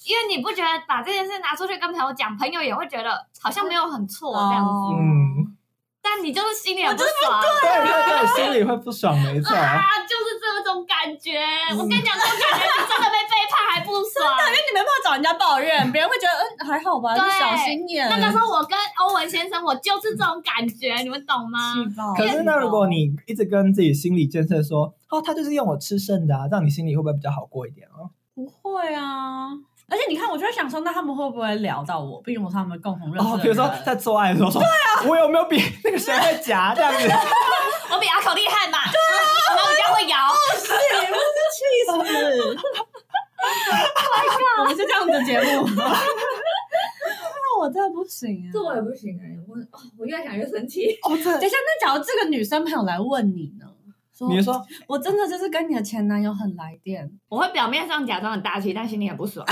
Speaker 1: 因为你不觉得把这件事拿出去跟朋友讲，朋友也会觉得好像没有很错
Speaker 3: 哦
Speaker 1: 这样子，
Speaker 2: 嗯，
Speaker 1: 但你就是心里很不爽
Speaker 2: 对对对，心里会不爽，
Speaker 3: [LAUGHS]
Speaker 2: 没错。
Speaker 1: 啊，就是这种感觉。我跟你讲，这种感觉你真的被背叛还不 [LAUGHS]
Speaker 3: 因
Speaker 1: 爽。
Speaker 3: 为你没办法找人家抱怨，别人会觉得嗯还好吧，就
Speaker 1: 对
Speaker 3: 小心眼。
Speaker 1: 那个时候我跟欧文先生，我就是这种感觉，你们懂吗？
Speaker 3: 气爆。
Speaker 2: 可是那如果你一直跟自己心理建设说，哦，他就是用我吃剩的啊，这样你心里会不会比较好过一点哦？
Speaker 3: 不会啊，而且你看，我就会想说，那他们会不会聊到我？毕竟我是他们共同认识的
Speaker 2: 哦，比如说
Speaker 3: 人啊
Speaker 2: 在做爱的时候说，我有没有比那个谁会夹这样
Speaker 3: [LAUGHS]
Speaker 2: 子？哦
Speaker 1: 我比阿口厉害嘛，我们比较会摇。
Speaker 3: 哎气死！ [LAUGHS] 我们是这样的节目吗？ [LAUGHS] 那我真的不行啊！
Speaker 1: 这我也不行哎、我哦我越想越生气。
Speaker 2: 哦，这
Speaker 3: 等一下，那假如这个女生朋友来问你呢？说
Speaker 2: 你说
Speaker 3: 我真的就是跟你的前男友很来电，
Speaker 1: 我会表面上假装很大气，但心里很不爽。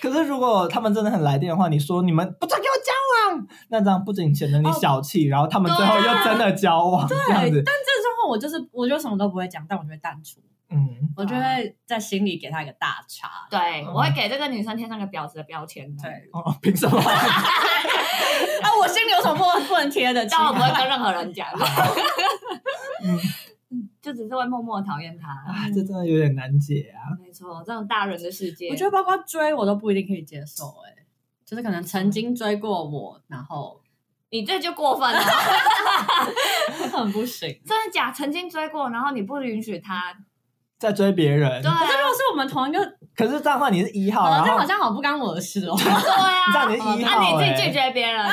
Speaker 2: 可是如果他们真的很来电的话，你说你们不准给我交往，那这样不仅显得你小气，然后他们最后又真的交往，这样
Speaker 3: 但这
Speaker 2: 子
Speaker 3: 个，状况我就是我就什么都不会讲，但我就会淡出，
Speaker 2: 嗯，
Speaker 3: 我就会在心里给她一个大叉。
Speaker 1: 对，我会给这个女生贴上个婊子的标签。，
Speaker 3: 对，
Speaker 2: 哦，凭什么？ [LAUGHS]
Speaker 3: 啊，我心里有什么不能不能贴的？
Speaker 1: 但我
Speaker 3: 奇
Speaker 1: 不
Speaker 3: 怪
Speaker 1: 会跟任何人 [LAUGHS] 讲，
Speaker 2: 嗯
Speaker 1: 就只是会默默地讨厌她。
Speaker 2: 啊，这真的有点难解啊。
Speaker 1: 没错，这种大人的世界，
Speaker 3: 我觉得包括追我都不一定可以接受、欸，就是可能曾经追过我，然后
Speaker 1: 你这就过 [LAUGHS] 分了。
Speaker 3: 很不行。
Speaker 1: 真的假？曾经追过，然后你不允许他，
Speaker 2: 在追别人
Speaker 1: 对，啊
Speaker 3: 可
Speaker 1: [LAUGHS]
Speaker 3: 是如果是我们同一个，
Speaker 2: 可是这样的话你是一号，
Speaker 3: 好
Speaker 2: 然
Speaker 3: 了，这好
Speaker 2: 后
Speaker 3: 像好不干我的事哦。
Speaker 1: 对
Speaker 2: 这
Speaker 1: 啊
Speaker 2: 样，你是一
Speaker 1: 那
Speaker 2: 号，
Speaker 1: 你
Speaker 2: 哎，
Speaker 1: 自己拒绝别 [LAUGHS] 人了，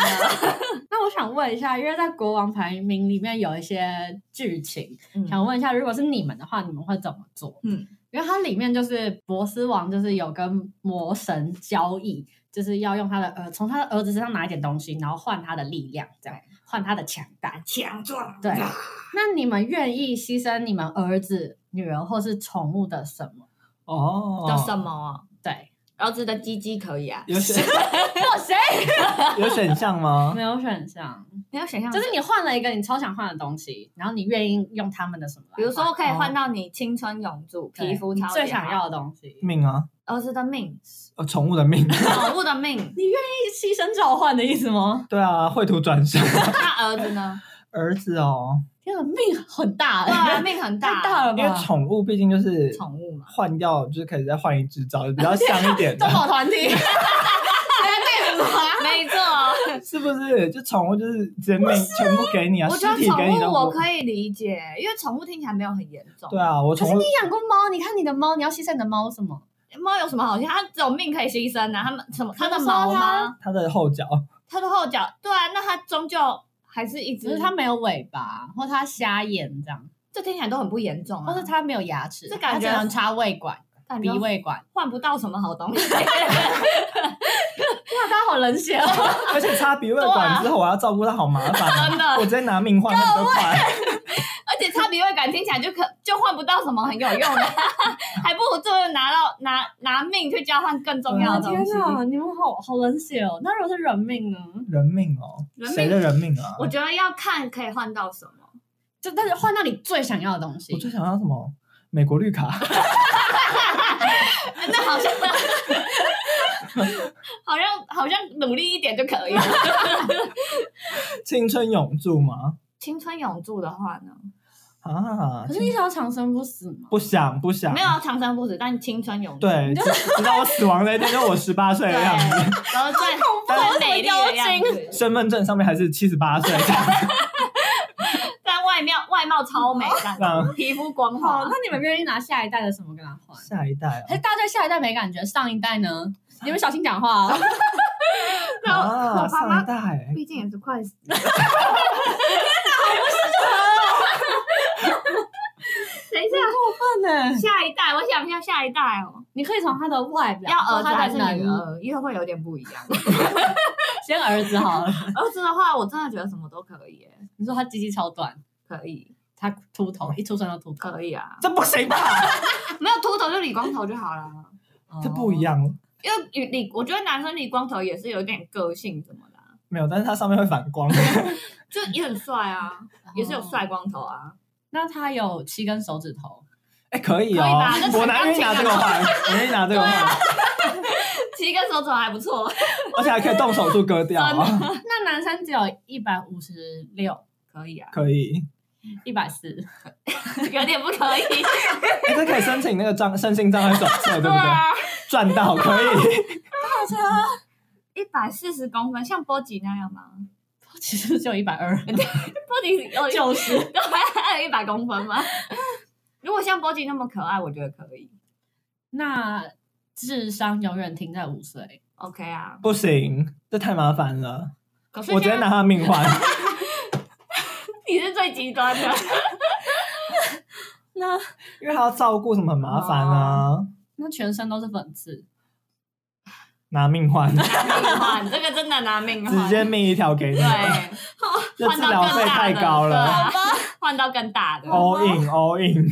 Speaker 3: 那我想问一下，因为在国王排名里面有一些剧情，
Speaker 1: 嗯
Speaker 3: 想问一下，如果是你们的话，你们会怎么做？
Speaker 1: 嗯，
Speaker 3: 因为它里面就是波斯王，就是有跟魔神交易，就是要用他的呃，从他的儿子身上拿一点东西，然后换他的力量，这样换他的强大。
Speaker 1: 强壮，
Speaker 3: 对，那你们愿意牺牲你们儿子、女儿或是宠物的什么？
Speaker 2: 哦，
Speaker 1: 叫什么啊？
Speaker 3: 对，
Speaker 1: 儿子的鸡鸡可以啊，
Speaker 2: 有选
Speaker 3: 我谁
Speaker 2: [LAUGHS] 有选项吗？
Speaker 3: 没有选项？
Speaker 1: 没有选项，
Speaker 3: 就是你换了一个你超想换的东西，然后你愿意用他们的什么来换？
Speaker 1: 比如说可以换
Speaker 3: 哦
Speaker 1: 到你青春永驻、
Speaker 3: 对
Speaker 1: 皮肤
Speaker 3: 你
Speaker 1: 超
Speaker 3: 最
Speaker 1: 级好
Speaker 3: 想要的东西，
Speaker 2: 命啊，
Speaker 1: 儿子的命、
Speaker 2: 呃，宠物的命。 [LAUGHS]
Speaker 1: 宠物的命， [LAUGHS]
Speaker 3: 牺牲召唤的意思吗？ [LAUGHS]
Speaker 2: 对啊，绘图转身。
Speaker 1: 那儿子呢？
Speaker 2: 儿子哦，
Speaker 3: 天啊，命很大
Speaker 1: 对啊，
Speaker 3: 哎、
Speaker 1: 命
Speaker 3: [LAUGHS]
Speaker 1: 很
Speaker 3: 太
Speaker 1: 大，
Speaker 3: 大了
Speaker 2: 因为
Speaker 3: [LAUGHS] 吧？
Speaker 2: 宠物毕竟就是
Speaker 1: 宠物
Speaker 3: [LAUGHS]
Speaker 1: 嘛，
Speaker 2: 换掉，就是可以再换一只找比较像一点的
Speaker 3: 动，保团体，
Speaker 1: 没错。
Speaker 2: 是不是？就宠物就是直接命全部给你啊，
Speaker 1: 我
Speaker 2: 尸
Speaker 1: 觉得
Speaker 2: 体给
Speaker 1: 宠
Speaker 2: 你
Speaker 1: 物
Speaker 2: 都
Speaker 1: 我
Speaker 2: 不。
Speaker 1: 可以理解，因为宠物听起来没有很严重。
Speaker 2: 对啊，我宠物
Speaker 3: 你养过猫，你看你的猫，你要牺牲你的猫什么？
Speaker 1: 猫有什么好心？它只有命可以牺牲啊！它们什么？它的
Speaker 3: 可是
Speaker 1: 毛
Speaker 3: 说它
Speaker 1: 吗？
Speaker 2: 它的后脚，
Speaker 1: 它的后脚？对啊，那它终究还是一
Speaker 3: 只
Speaker 1: 只。
Speaker 3: 是它没有尾巴，或它瞎眼这样，
Speaker 1: 这听起来都很不严重
Speaker 3: 或
Speaker 1: 啊
Speaker 3: 是，它没有牙齿，
Speaker 1: 这感觉
Speaker 3: 它只能插胃管、
Speaker 1: 感
Speaker 3: 鼻
Speaker 1: 觉
Speaker 3: 胃管。
Speaker 1: 换不到什么好东
Speaker 3: [LAUGHS]
Speaker 1: 西。
Speaker 3: 哇，它好冷血 [LAUGHS] 哦！
Speaker 2: 而且插鼻胃管之后，我要照顾它，好麻烦。
Speaker 1: 啊
Speaker 2: 啊
Speaker 1: [LAUGHS] 真的
Speaker 2: 我直接拿命换会比较
Speaker 1: [LAUGHS]
Speaker 2: 快。
Speaker 1: 而且插鼻胃管听起来就可就换不到什么很有用的， [LAUGHS] 还不如就是拿到拿拿命去交换更重要的东西。
Speaker 3: 哪，你们好好冷血哦！那如果是人命呢？
Speaker 2: 人命哦，
Speaker 1: 人命
Speaker 2: 谁的人命啊？
Speaker 1: 我觉得要看可以换到什么，
Speaker 3: 就但是换到你最想要的东西
Speaker 2: 我，最想要什么？美国绿卡， [LAUGHS]
Speaker 1: 那好像 [LAUGHS] 好像好像努力一点就可以了。
Speaker 2: 青春永驻吗？
Speaker 1: [LAUGHS] 青春永驻的话呢，
Speaker 2: 啊
Speaker 3: 可，是你想要长生不死吗？
Speaker 2: 不想不想，
Speaker 1: 没有啊长生不死，但青春永驻，
Speaker 2: 对，直直到我死亡那
Speaker 1: [LAUGHS]
Speaker 2: 一天，就是我十八岁
Speaker 1: 对，啊
Speaker 2: 的样子。
Speaker 1: 然后最最美丽的样子，
Speaker 2: 身份证上面还是七十八岁，
Speaker 1: [LAUGHS] 但外貌外貌超美，这样 [LAUGHS] 子
Speaker 2: 嗯
Speaker 1: 皮肤光
Speaker 3: 好，啊
Speaker 1: 滑
Speaker 3: 那。你们愿意拿下一代的什么跟他换？
Speaker 2: 下一
Speaker 1: 啊
Speaker 2: [LAUGHS] 代
Speaker 3: 可是大家对下一代没感觉，上一代呢？你们小心讲话哦！
Speaker 2: 哦，啊，
Speaker 1: 我爸妈
Speaker 2: 上一
Speaker 1: [LAUGHS]
Speaker 2: 代，
Speaker 1: 毕竟也是快死， [LAUGHS] 等一下，
Speaker 3: 过分呢！
Speaker 1: 下一代，我想一下下一代哦，
Speaker 3: [LAUGHS] 你可以从他的外表，
Speaker 1: 要儿
Speaker 3: 或
Speaker 1: 子
Speaker 3: 他
Speaker 1: 还
Speaker 3: 的
Speaker 1: 是
Speaker 3: 能
Speaker 1: 女
Speaker 3: 力，
Speaker 1: 儿，又会有点不一样。
Speaker 3: [LAUGHS] 先儿子好了。
Speaker 1: [LAUGHS] 儿子的话，我真的觉得什么都可以耶，
Speaker 3: 你说他鸡鸡超短，
Speaker 1: 可以，
Speaker 3: 他秃头，一出生就秃头，
Speaker 1: 可以啊，
Speaker 2: 这不行吧？
Speaker 1: 没有秃头就理光头就好了。
Speaker 2: 这不
Speaker 3: 哦
Speaker 2: 一。样，
Speaker 1: 因为与理，我觉得男生理光头也是有点个性什么的啊，
Speaker 2: 没有，但是它上面会反
Speaker 1: [LAUGHS]
Speaker 2: 光，
Speaker 1: 就也很帅 [LAUGHS] 啊，也是有帅光头啊。
Speaker 3: 那他有七根手指头，
Speaker 2: 哎，可以
Speaker 1: 可以
Speaker 2: 哦
Speaker 1: 吧那，是
Speaker 2: 我男愿意拿这个换，我愿意拿这个换，
Speaker 1: 啊其实跟手肘还不错，
Speaker 2: 而且还可以动手术割掉啊，
Speaker 3: 那男生只有一百五十六，
Speaker 1: 可以啊，
Speaker 2: 可以，
Speaker 3: 一百四，
Speaker 1: [LAUGHS] 有点不
Speaker 2: [LAUGHS]
Speaker 1: 可以，
Speaker 2: 哎，这可以申请那个障身心障碍手册，对不对？
Speaker 1: 啊，
Speaker 2: 赚到可以，
Speaker 1: 一百四十公分，像波吉那样吗？
Speaker 3: 其实只有一百二，
Speaker 1: 波吉有
Speaker 3: 九十。
Speaker 1: 还有一百公分吗？ [LAUGHS] 如果像波吉那么可爱，我觉得可以。
Speaker 3: 那智商永远停在五岁，
Speaker 1: OK 啊，
Speaker 2: 不行，这太麻烦了，
Speaker 1: 可是
Speaker 2: 我直接
Speaker 1: 现在
Speaker 2: 拿他的命
Speaker 1: [LAUGHS]
Speaker 2: 换，
Speaker 1: 你是最
Speaker 2: [LAUGHS]
Speaker 1: 极端的，
Speaker 3: 那
Speaker 2: 因为还要照顾什么很麻烦
Speaker 1: 哦
Speaker 2: 啊，
Speaker 3: 那全身都是粉刺，
Speaker 2: 拿命换，
Speaker 1: 拿命换，这个真的拿命换，
Speaker 2: 直接命一条给你
Speaker 1: 对，，
Speaker 2: 这
Speaker 1: 换
Speaker 2: 治
Speaker 1: 到
Speaker 2: 疗
Speaker 1: 更
Speaker 2: 费
Speaker 1: 大
Speaker 2: 太
Speaker 1: 的，
Speaker 2: 高
Speaker 1: 对
Speaker 2: 了。哦
Speaker 1: 啊换到更大的。
Speaker 2: all in all in，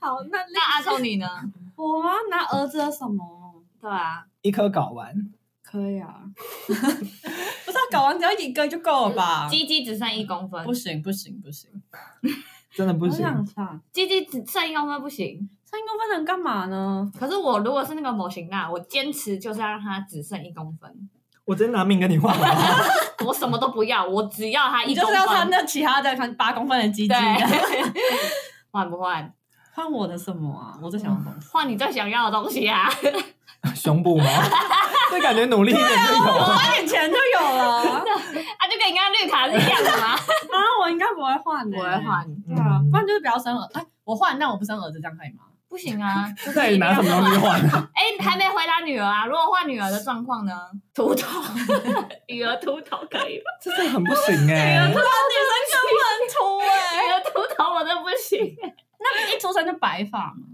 Speaker 3: 好，那
Speaker 1: 那阿聪你呢？
Speaker 3: 我啊，拿儿子的什么？
Speaker 1: 对啊，
Speaker 2: 一颗睾丸，
Speaker 3: 可以 [LAUGHS] 啊，不是啊搞完只要一个就够了吧？
Speaker 1: 鸡鸡只剩一公分
Speaker 3: 不，行不行不行，
Speaker 2: 真的不
Speaker 3: 我想
Speaker 2: 行。
Speaker 3: 想，
Speaker 1: 鸡鸡只剩一公分不行。
Speaker 3: 三公分能干嘛呢？
Speaker 1: 可是我如果是那个模型那，我坚持就是要让它只剩一公分，
Speaker 2: 我直接拿命跟你换吧。
Speaker 1: 我什么都不要，我只要它
Speaker 3: 你
Speaker 1: 一
Speaker 3: 就
Speaker 1: 公
Speaker 3: 是要他
Speaker 1: 分。
Speaker 3: 那其他的，看八公分的啊鸡鸡。
Speaker 1: 对， [LAUGHS] 换不换？
Speaker 3: 换我的什么啊？我最想要的东西。
Speaker 1: 换你最想要的东西啊！ [LAUGHS]
Speaker 2: 胸部吗？这感觉努力一点就有
Speaker 3: [LAUGHS]
Speaker 2: 了。
Speaker 3: 花点钱就有了
Speaker 1: 啊，就跟人家绿卡是一样的
Speaker 2: [LAUGHS]
Speaker 1: 吗？
Speaker 3: [LAUGHS] 啊！我应该不会换的、
Speaker 1: 不会。换，
Speaker 3: 对啊，
Speaker 2: 嗯
Speaker 3: 不然就是不要生儿。哎、我换，但我不生儿子，这样可以吗？
Speaker 1: 不行啊！
Speaker 2: [LAUGHS] 那你拿什么东西换？
Speaker 1: 哎、还没回答女儿啊？如果换女儿的状况呢？秃 [LAUGHS] 头，女儿秃头可以吧？
Speaker 2: [LAUGHS] 这真的很不行哎、
Speaker 3: 女啊生根本秃哎
Speaker 1: 女儿秃头我都不
Speaker 3: [LAUGHS]
Speaker 1: 行，
Speaker 3: 一出生就白发嘛。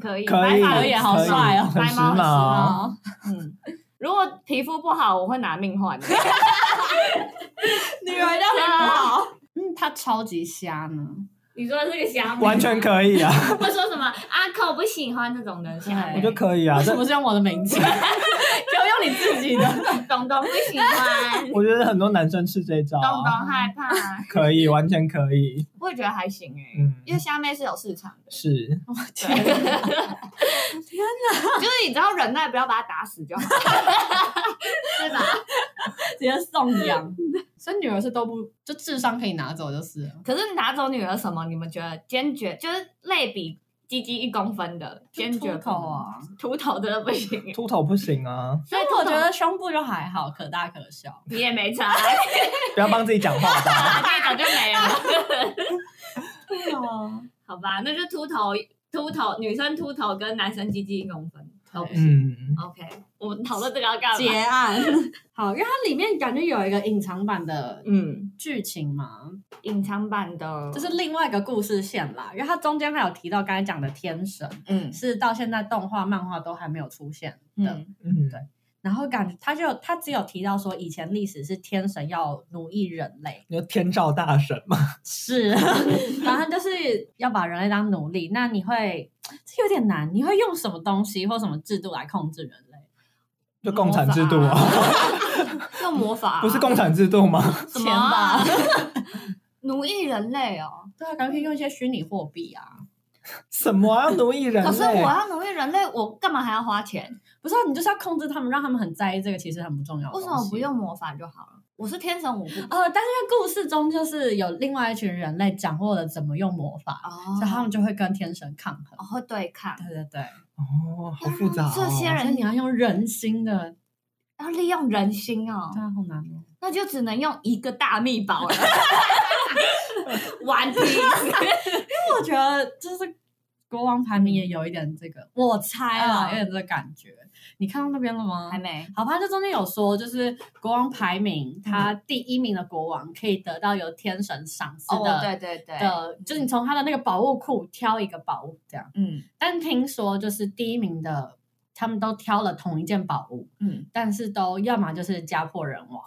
Speaker 1: 可以，
Speaker 2: 可
Speaker 1: 白
Speaker 2: 以，
Speaker 1: 发
Speaker 3: 可以好帅哦
Speaker 2: 很
Speaker 1: 白
Speaker 2: 时
Speaker 1: 毛很
Speaker 2: 髦。
Speaker 1: 时髦嗯，如果皮肤不好，我会拿命换。女儿叫什么？
Speaker 3: 嗯，他超级瞎呢。
Speaker 1: [LAUGHS] 你说的是个虾妹，
Speaker 2: 完全可以啊，
Speaker 1: 会说什么阿寇不喜欢这种的虾
Speaker 2: 我觉，
Speaker 1: 妹
Speaker 2: 得可以啊
Speaker 3: 为，什
Speaker 2: 这
Speaker 3: 么是用我的名 [LAUGHS] 字？不要用你自己的。
Speaker 1: 东东不喜欢，东
Speaker 2: 我觉得很多男生吃这招
Speaker 1: [LAUGHS] 东
Speaker 2: 啊，
Speaker 1: 害怕。
Speaker 2: 可以，完全可以，
Speaker 1: 我也觉得还行哎、
Speaker 2: 嗯
Speaker 1: 因为虾妹是有市场的，
Speaker 2: 是，
Speaker 1: 就是你只要忍耐，不要把它打死就好，对吧？
Speaker 3: 直接送养。所以女儿是都不就智商可以拿走就是了。
Speaker 1: 可是拿走女儿什么？你们觉得坚决就是类比鸡鸡一公分的坚决
Speaker 3: 就秃
Speaker 1: 不
Speaker 3: 头啊！
Speaker 1: 秃头的都不行 [LAUGHS] 欸，
Speaker 2: 秃头不行啊，
Speaker 3: 所以我觉得胸部就还好，可大可小。
Speaker 1: 你也没差，
Speaker 2: 不要帮自己讲话吧。
Speaker 1: [LAUGHS] 那一种就没了，
Speaker 3: 对啊，
Speaker 1: [LAUGHS] 好吧？那就秃头秃头女生秃头跟男生鸡鸡一公分都不行。
Speaker 2: 嗯，
Speaker 1: OK，我们讨论这个要干
Speaker 3: 结
Speaker 1: 嘛？
Speaker 3: 案。 [LAUGHS] 好，因为它里面感觉有一个隐藏版的
Speaker 1: 嗯，
Speaker 3: 剧情嘛，
Speaker 1: 隐藏版的，
Speaker 3: 就是另外一个故事线啦。因为它中间还有提到刚才讲的天神，
Speaker 1: 嗯
Speaker 3: 是到现在动画、漫画都还没有出现。
Speaker 1: 嗯
Speaker 2: 嗯，
Speaker 3: 对然后感觉他就他只有提到说，以前历史是天神要奴役人类，
Speaker 2: 你说天照大神嘛，
Speaker 1: [LAUGHS]
Speaker 3: 是，啊反正就是要把人类当奴隶。那你会这有点难，你会用什么东西或什么制度来控制人类？
Speaker 2: 就共产制度啊，
Speaker 1: [LAUGHS] 用魔法、啊
Speaker 2: 不是共产制度吗？
Speaker 1: 什么、啊、 [LAUGHS] 奴役人类哦。
Speaker 3: 对啊，感觉可以用一些虚拟货币啊。
Speaker 2: 什么啊要奴役人
Speaker 1: 可是我
Speaker 2: 类？
Speaker 1: 要奴役人类，我干嘛还要花钱？
Speaker 3: 不是、啊，你就是要控制他们，让他们很在意这个，其实很不重要的
Speaker 1: 为
Speaker 3: 东
Speaker 1: 什
Speaker 3: 西。
Speaker 1: 么不用魔法就好了？我是天神，我不
Speaker 3: 呃，但是因为故事中就是有另外一群人类掌握了怎么用魔法，
Speaker 1: 哦
Speaker 3: 所以他们就会跟天神抗衡。
Speaker 1: 哦会对抗，
Speaker 3: 对对对，
Speaker 2: 哦，好复杂哦。
Speaker 1: 这些
Speaker 3: 所以
Speaker 1: 人
Speaker 3: 你要用人心的，
Speaker 1: 要利用人心哦
Speaker 3: 对，啊，好难哦。
Speaker 1: 那就只能用一个大秘宝
Speaker 3: [LAUGHS]
Speaker 1: 了。顽皮，
Speaker 3: 我觉得就是国王排名也有一点这个，我猜啦，
Speaker 1: 嗯
Speaker 3: 有点这个感觉。你看到那边了吗？
Speaker 1: 还。没
Speaker 3: 好吧，这中间有说，就是国王排名，他第一名的国王可以得到由天神赏赐的、
Speaker 1: 哦对对对，
Speaker 3: 的，就是你从他的那个宝物库挑一个宝物这样。
Speaker 1: 嗯
Speaker 3: 但听说就是第一名的，他们都挑了同一件宝物，
Speaker 1: 嗯，
Speaker 3: 但是都要么就是家破人亡，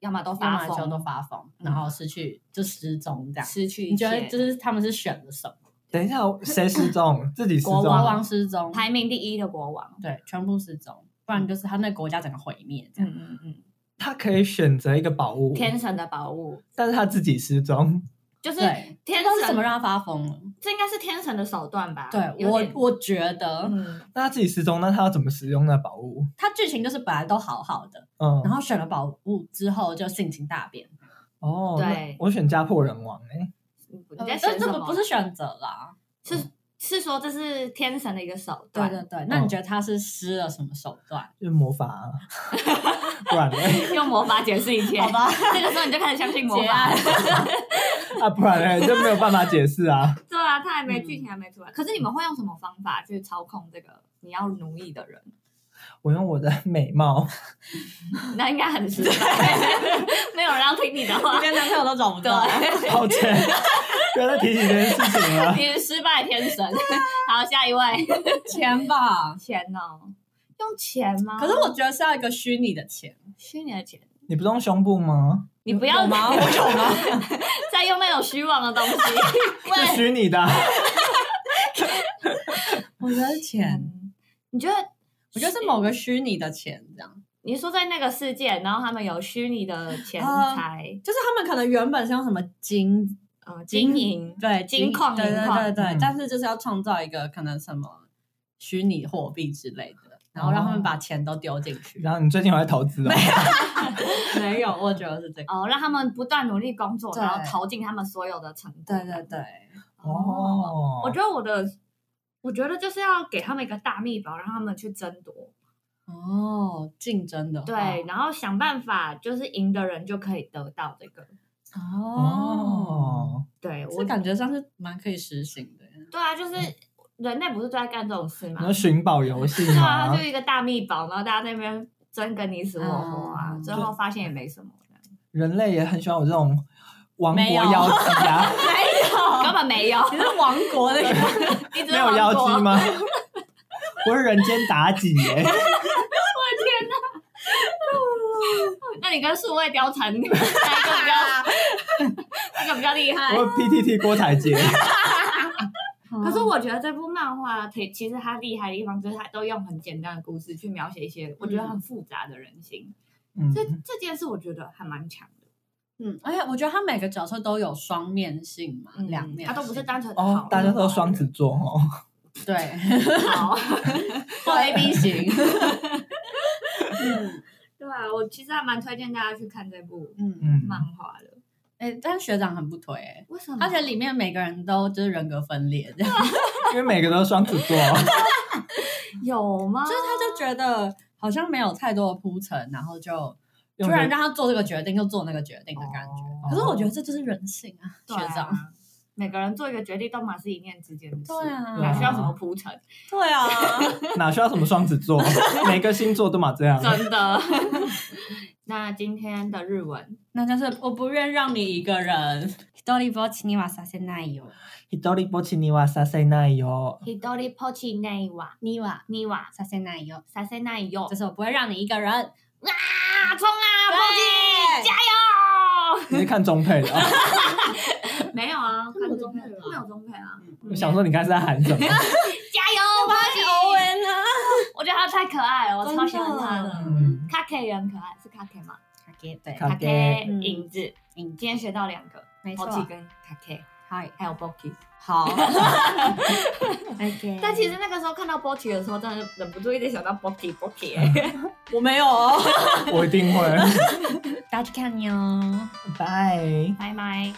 Speaker 1: 要么都
Speaker 3: 要
Speaker 1: 发
Speaker 3: 么就都
Speaker 1: 疯，
Speaker 3: 发疯，
Speaker 1: 嗯
Speaker 3: 然后失去就失踪这样。
Speaker 1: 失去一
Speaker 3: 你觉得
Speaker 1: 切
Speaker 3: 就。是他们是选了什么？
Speaker 2: 等一下，谁失踪？自己失
Speaker 3: 国
Speaker 2: 踪？啊
Speaker 3: 王失踪，
Speaker 1: 排名第一的国王，
Speaker 3: 对，全部失踪，不然就是他那个国家整个毁灭这样。
Speaker 1: 嗯嗯
Speaker 2: 他可以选择一个宝物
Speaker 1: 嗯，，天神的宝物
Speaker 2: 但是他自己失踪。
Speaker 1: 就是
Speaker 3: 对，
Speaker 1: 天
Speaker 3: 不知道是怎么
Speaker 1: 神，
Speaker 3: 让他发疯了？
Speaker 1: 这应该是天神的手段吧？
Speaker 3: 对
Speaker 1: 有
Speaker 3: 我
Speaker 1: 点，
Speaker 3: 我觉得
Speaker 1: 嗯，
Speaker 2: 那他自己失踪，那他要怎么使用那宝物？
Speaker 3: 他剧情就是本来都好好的，
Speaker 2: 嗯，
Speaker 3: 然后选了宝物之后就性情大变。
Speaker 2: 哦，
Speaker 1: 对
Speaker 2: 那我选家破人亡哎，
Speaker 1: 你
Speaker 3: 呃
Speaker 1: 在
Speaker 3: 这
Speaker 1: 选什
Speaker 3: 这
Speaker 1: 么？
Speaker 3: 不不是选择啦，
Speaker 1: 是说这是天神的一个手
Speaker 3: 对
Speaker 1: 段，
Speaker 3: 对嗯对。那你觉得他是施了什么手 [LAUGHS] 段？
Speaker 2: 就是魔法
Speaker 1: [LAUGHS]
Speaker 2: 啊，不然嘞，
Speaker 1: 用魔法解释一切，
Speaker 3: 好吧，
Speaker 1: 这个时候你就开始相信魔
Speaker 3: [LAUGHS] 结
Speaker 1: 法
Speaker 3: 案。
Speaker 2: 啊不然嘞，就没有办法解释啊。
Speaker 1: 对啊，他还没
Speaker 3: 嗯
Speaker 1: 剧情还没出来，可是你们会用什么方法去操控这个你要奴役的
Speaker 3: [LAUGHS]
Speaker 1: 人？
Speaker 2: 我用我的美貌，
Speaker 1: [LAUGHS] 那应该很失
Speaker 3: [LAUGHS]
Speaker 1: 败，没有人要听你的话。
Speaker 3: 连男朋友都找不
Speaker 1: 对，
Speaker 3: 到。 [LAUGHS]
Speaker 2: 抱歉，不要再提起这件事情了。
Speaker 1: 你是失败天
Speaker 3: [LAUGHS]
Speaker 1: 神。好，下一位，
Speaker 3: 钱吧。
Speaker 1: 钱哦，用钱吗？
Speaker 3: 可是我觉得是要一个虚拟的钱，
Speaker 1: 虚拟的钱，
Speaker 2: 你不是用胸部吗？
Speaker 1: 你不要
Speaker 3: 有吗？我有吗？
Speaker 1: [LAUGHS] 再用那种虚妄的
Speaker 3: [LAUGHS]
Speaker 1: 东西。
Speaker 2: 是虚拟
Speaker 1: [LAUGHS]
Speaker 2: 的啊，
Speaker 3: 我觉得是钱，
Speaker 1: 嗯你觉得
Speaker 3: 我觉得是某个虚拟的钱，这样
Speaker 1: 你说在那个世界，然后他们有虚拟的钱
Speaker 3: 啊
Speaker 1: 财，
Speaker 3: 就是他们可能原本是用什么金
Speaker 1: 呃，经营，
Speaker 3: 对
Speaker 1: 金矿
Speaker 3: 对对
Speaker 1: 银矿
Speaker 3: 对对，
Speaker 2: 嗯
Speaker 3: 但是就是要创造一个可能什么虚拟货币之类的，然后让他们把钱都丢进去。
Speaker 2: 然后你最近有在投资哦？
Speaker 3: 没有，我觉得是这个。
Speaker 1: 哦，让他们不断努力工作，
Speaker 3: 对
Speaker 1: 然后投进他们所有的成果。
Speaker 3: 对对对，
Speaker 1: 哦，
Speaker 2: 哦，
Speaker 1: 我觉得我的，我觉得就是要给他们一个大秘宝，让他们去争夺。
Speaker 3: 哦，竞争的话
Speaker 1: 对，然后想办法，就是赢的人就可以得到这个。
Speaker 3: 哦，
Speaker 2: 哦，
Speaker 1: 对
Speaker 3: 这
Speaker 1: 我，
Speaker 3: 感觉上是蛮可以实行的。
Speaker 1: 对啊，就是人类不是都在干这种事
Speaker 2: 你
Speaker 1: 吗
Speaker 2: 说？寻宝游戏
Speaker 1: 对啊，
Speaker 2: 吗
Speaker 1: 他就？一个大秘宝，然后大家在那边争个你死我活啊，
Speaker 3: 嗯
Speaker 1: 最后发现也没什么。
Speaker 2: 人类也很喜欢我这种亡国
Speaker 3: 没有
Speaker 2: 妖姬啊，
Speaker 1: 没有，根本没有，
Speaker 3: 你是王国那个
Speaker 1: [LAUGHS] 你
Speaker 2: 没
Speaker 1: 只是
Speaker 2: 有妖
Speaker 1: 王
Speaker 2: 姬
Speaker 1: 国。
Speaker 2: 吗？我是人间妲己耶，
Speaker 1: 那那你跟数位貂蝉 [LAUGHS] 哪一个比较那个比较厉害？
Speaker 2: 我 PTT 郭采洁，
Speaker 3: 嗯
Speaker 1: 可是我觉得这部漫画，其其实它厉害的地方就是它都用很简单的故事去描写一
Speaker 3: 嗯
Speaker 1: 些我觉得很复杂的人心。
Speaker 2: 嗯
Speaker 1: 这这件事我觉得还蛮强的，
Speaker 3: 嗯，而且我觉得他每个角色都有双面性嘛，两面性，
Speaker 1: 它都不是单纯的好
Speaker 2: 哦，大家都双子座哦，
Speaker 3: 对 [LAUGHS]
Speaker 1: 好。
Speaker 3: 或 A B 型，
Speaker 1: 对啊，我其实还蛮推荐大家去看这部
Speaker 3: 嗯，
Speaker 2: 嗯，
Speaker 1: 漫画的。
Speaker 3: 哎、但学长很不推、欸，
Speaker 1: 为什么？
Speaker 3: 而且里面每个人都就是人格分裂，这样，
Speaker 2: 因为每个都是双子座，哦
Speaker 1: 有吗？
Speaker 3: 就是他就觉得好像没有太多的铺陈，然后就
Speaker 2: 用
Speaker 3: 突
Speaker 2: 着
Speaker 3: 然让他做这个决定，又做那个决定的感觉。
Speaker 1: 哦
Speaker 3: 可是我觉得这就是人性啊，
Speaker 1: 对啊
Speaker 3: 学长。
Speaker 1: 每个人做一个决定都嘛是一念之间的事，
Speaker 3: 对啊
Speaker 1: 哪需要什么铺陈？
Speaker 3: 对啊，
Speaker 2: 哪需要什么双子座，每个星座都嘛这
Speaker 1: [LAUGHS]
Speaker 2: 样，
Speaker 3: 啊 [LAUGHS]
Speaker 1: 真的。那今天的日文，
Speaker 3: 那就是我不愿让你一个人。一人ぼっちにはさせないよ。
Speaker 2: 一人ぼっちにはさせないよ。
Speaker 1: ひとりぽちないわ，
Speaker 3: 你は
Speaker 1: 你わ
Speaker 3: させないよ，
Speaker 1: させないよ
Speaker 3: 就。是我不会让你一个人。
Speaker 1: 啊，冲啊，
Speaker 3: 对
Speaker 1: ぽち，加
Speaker 2: 你是看中配的、哦，
Speaker 1: 油！没有啊，
Speaker 3: 他没有
Speaker 1: 看
Speaker 3: 中配啊
Speaker 1: 他没有中配啊，
Speaker 2: 我想说你刚才是在喊什么？
Speaker 1: 加油，
Speaker 3: 我
Speaker 1: 波
Speaker 3: 爱欧
Speaker 1: 吉！
Speaker 3: 文啊！
Speaker 1: 我觉得他太可爱了，我超喜
Speaker 3: 真
Speaker 1: 欢
Speaker 3: 的
Speaker 1: 他的。
Speaker 2: 嗯，
Speaker 1: 卡 K 也很可爱，是卡 K 吗？
Speaker 3: 对，
Speaker 2: 卡
Speaker 1: 卡
Speaker 2: K
Speaker 1: K
Speaker 3: 嗯
Speaker 1: 影子，
Speaker 3: 影
Speaker 1: 今天学到两个，
Speaker 3: 没错
Speaker 1: 波。吉跟卡 K，
Speaker 3: 嗨，
Speaker 1: 还有 Boki。
Speaker 3: 好。OK
Speaker 1: 但其实那个时候看到 Boki 的时候，真的忍不住一直想到 Boki Boki 欸。
Speaker 3: 我没有哦。
Speaker 2: 我一定会。
Speaker 3: 大家看你哦。
Speaker 2: 拜。
Speaker 1: 拜拜。